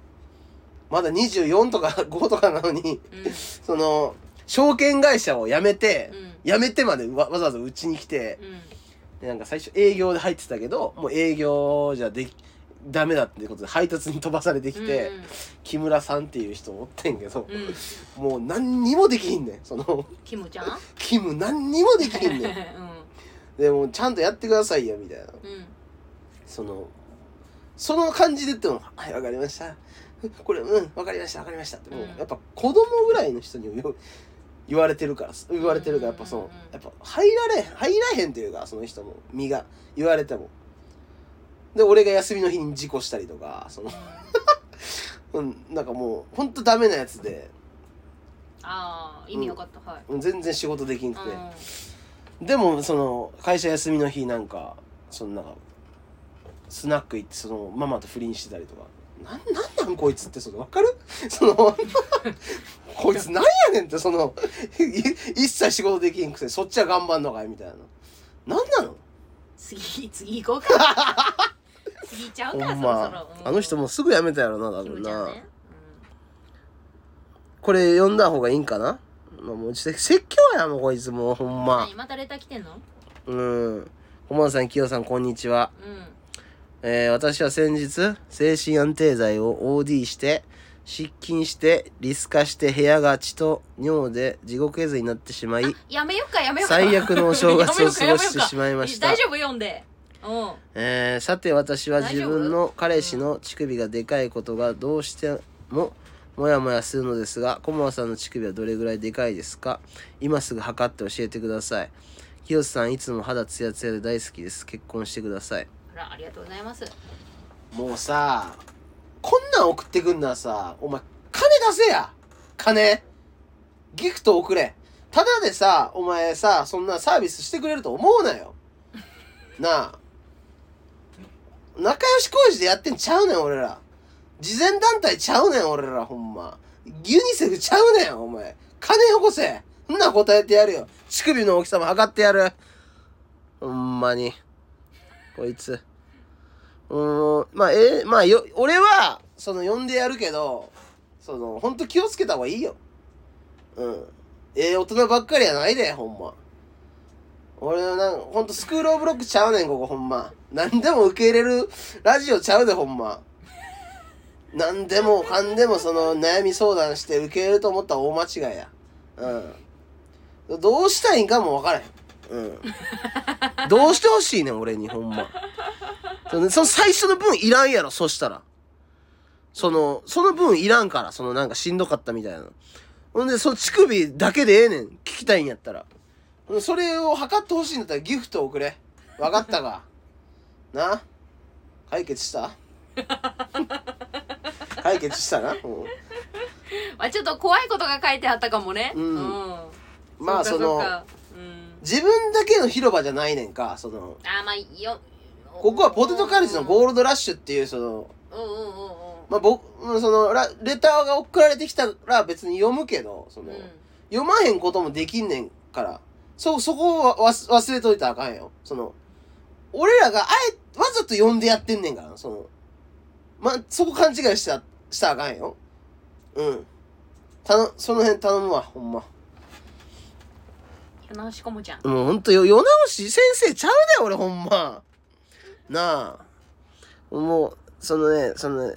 Speaker 2: まだ24とか5とかなのに
Speaker 1: うん
Speaker 2: その証券会社を辞めて
Speaker 1: うん
Speaker 2: 辞めてまでわわざわざうちに来て
Speaker 1: うん
Speaker 2: でなんか最初営業で入ってたけどもう営業じゃできダメだってことで配達に飛ばされてきて、木村さんっていう人おってんけど
Speaker 1: う、んうんうん
Speaker 2: もう何にもできんねんその
Speaker 1: キムちゃん
Speaker 2: キム何にもで き
Speaker 1: うんん
Speaker 2: ねんでもうちゃんとやってくださいよみたいな
Speaker 1: うん
Speaker 2: そのその感じで言っても「はいわかりましたこれうんわかりましたわかりました」ってもう
Speaker 1: うん
Speaker 2: やっぱ子供ぐらいの人によ言われてるから言われてるからやっぱそ
Speaker 1: うん
Speaker 2: の
Speaker 1: うんうん
Speaker 2: やっぱ入られへん入らへんというかその人も身が言われてもで俺が休みの日に事故したりとかその、うん、なんかもうほんとダメなやつで
Speaker 1: ああ意味わかったはい
Speaker 2: うん全然仕事できんくて、
Speaker 1: うん
Speaker 2: でもその会社休みの日なんかそのなんかスナック行ってそのママと不倫してたりとかなんなんなんこいつってそのわかる そのこいつなんやねんってそのい一切仕事できんくてそっちは頑張んのかいみたいななんなの
Speaker 1: 次次行こうか 次行っちゃうか
Speaker 2: ほ
Speaker 1: そ
Speaker 2: ん
Speaker 1: ろそ
Speaker 2: ま
Speaker 1: ろうん
Speaker 2: あの人もうすぐ辞めたやろな多
Speaker 1: キ
Speaker 2: 分
Speaker 1: ムちゃ
Speaker 2: なん
Speaker 1: ね
Speaker 2: これ読んだ方がいいんかなまあもうせ説教やもうこいつもうほん
Speaker 1: うん
Speaker 2: ま
Speaker 1: 何またレター来てんの
Speaker 2: うん駒田さん清さんこんにちは
Speaker 1: うん
Speaker 2: えー私は先日精神安定剤を OD して失禁してリス化して部屋が血と尿で地獄絵図になってしまい
Speaker 1: やめようかやめようか
Speaker 2: 最悪のお正月を過ごしてしまい
Speaker 1: ま
Speaker 2: ました
Speaker 1: 大丈夫読んでうん
Speaker 2: えーさて私は自分の彼氏の乳首がでかいことがどうしてももやもやするのですが駒場さんの乳首はどれぐらいでかいですか今すぐ測って教えてください清瀬さんいつも肌ツヤツヤで大好きです結婚してください
Speaker 1: あらありがとうございます
Speaker 2: もうさこんなん送ってくんならさお前金出せや金ギフト送れただでさお前さそんなサービスしてくれると思うなよ なあ仲良し工事でやってんちゃうねん俺ら慈善団体ちゃうねん俺らほんまユニセフちゃうねんお前金よこせそんな答えてやるよ乳首の大きさも測ってやるほんまにこいつうーんまあえーまあよ俺はその呼んでやるけどそのほんと気をつけた方がいいようん。ええ大人ばっかりやないで、ほんま。俺はなんか、ほんとスクールオブロックちゃうねん、ここほんま。何でも受け入れるラジオちゃうで、ほんま。何でもかんでもその悩み相談して受け入れると思ったら大間違いや。うん。どうしたいんかもわからへん。うん。どうしてほしいねん、俺に、ほんま。そのその最初の分いらんやろ、そしたら。その、その分いらんから、そのなんかしんどかったみたいな。ほんで、その乳首だけでええねん。聞きたいんやったら。ほんでそれを測ってほしいんだったらギフトをくれ。わかったか。 な解決した 解決したな。う
Speaker 1: まあちょっと怖いことが書いてあったかもね。
Speaker 2: うんん、まあ、そ
Speaker 1: っか
Speaker 2: の
Speaker 1: っ、かうん、
Speaker 2: 自分だけの広場じゃないねんか。その、
Speaker 1: あーまあよ。
Speaker 2: ここはポテトカレッジの
Speaker 1: ー
Speaker 2: ゴールドラッシュっていう、その、
Speaker 1: うんうんうん
Speaker 2: まあ、僕、その、ラレターが送られてきたら別に読むけど、その、
Speaker 1: うん。うん。
Speaker 2: 読まへんこともできんねんから。そ、そこをわ忘忘れといたらあかんよ。その、俺らがあえ、わざと読んでやってんねんから、その、ま、そこ勘違いした、したらあかんよ。うん。たの、その辺頼むわ、ほんま。
Speaker 1: 世直しこもちゃん。
Speaker 2: もうほんとよ、世直し先生ちゃうで、俺ほんま。なあ。もう、そのね、そのね、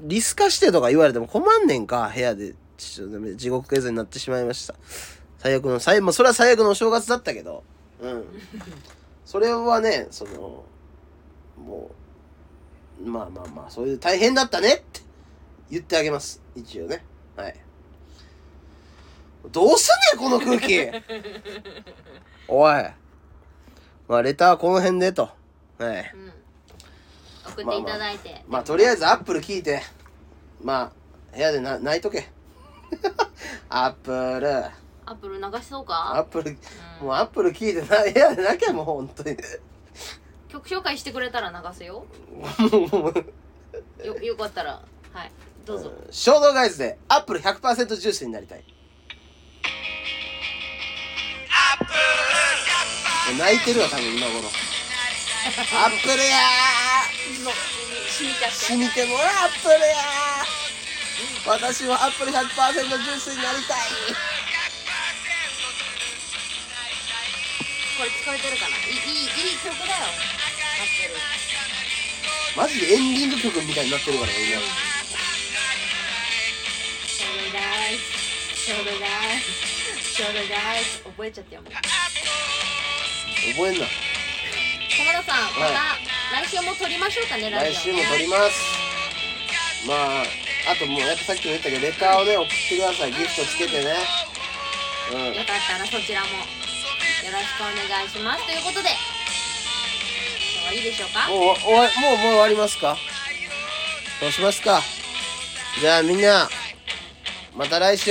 Speaker 2: リス化してとか言われても困んねんか、部屋で。ちょっとダメ地獄絵図になってしまいました。最悪の、最、もうそれは最悪のお正月だったけど。うん。それはね、その、もう、まあまあまあ、そういう大変だったねって言ってあげます。一応ね。はい。どうすんねん、この空気おい。まあ、レターはこの辺でと。はい。
Speaker 1: うん。送っていただいて。
Speaker 2: まあ、とりあえずアップル聞いて、まあ、部屋でな泣いとけ。 アップル、
Speaker 1: アップル流しそう
Speaker 2: アッ
Speaker 1: か。
Speaker 2: プル、
Speaker 1: うん
Speaker 2: もうアップル聞いてな、部屋で泣けもう本当に。
Speaker 1: 曲紹介してくれたら流すよ。
Speaker 2: もう
Speaker 1: よよかったらはいどうぞ。
Speaker 2: 衝動外イズでアップル100%ジュースになりたい。泣いてるわ、多分今頃。アップルや
Speaker 1: の染みちゃっ
Speaker 2: ー染みてもらうアップルやー私はアップル100%ジュースになりたい
Speaker 1: これ聞こえてるかないいいいいい曲だよ合ってる
Speaker 2: マジでエンディング曲みたいになってるからね
Speaker 1: ちょうどだいちょうどだいちょうどだい覚えちゃったよもう
Speaker 2: 今覚えんな
Speaker 1: 浜田さんま
Speaker 2: はい
Speaker 1: た来週も撮りましょうかねラ
Speaker 2: 来
Speaker 1: ジ
Speaker 2: 週
Speaker 1: オ
Speaker 2: も撮りますまああともうやっぱさっきも言ったけどレターをね送ってくださいギフトつけてね
Speaker 1: よかったらそちらもよろしくお願いしますということで今日はいいでしょうか
Speaker 2: うんもうおわもうもう終わりますかどうしますかじゃあみんなまた来週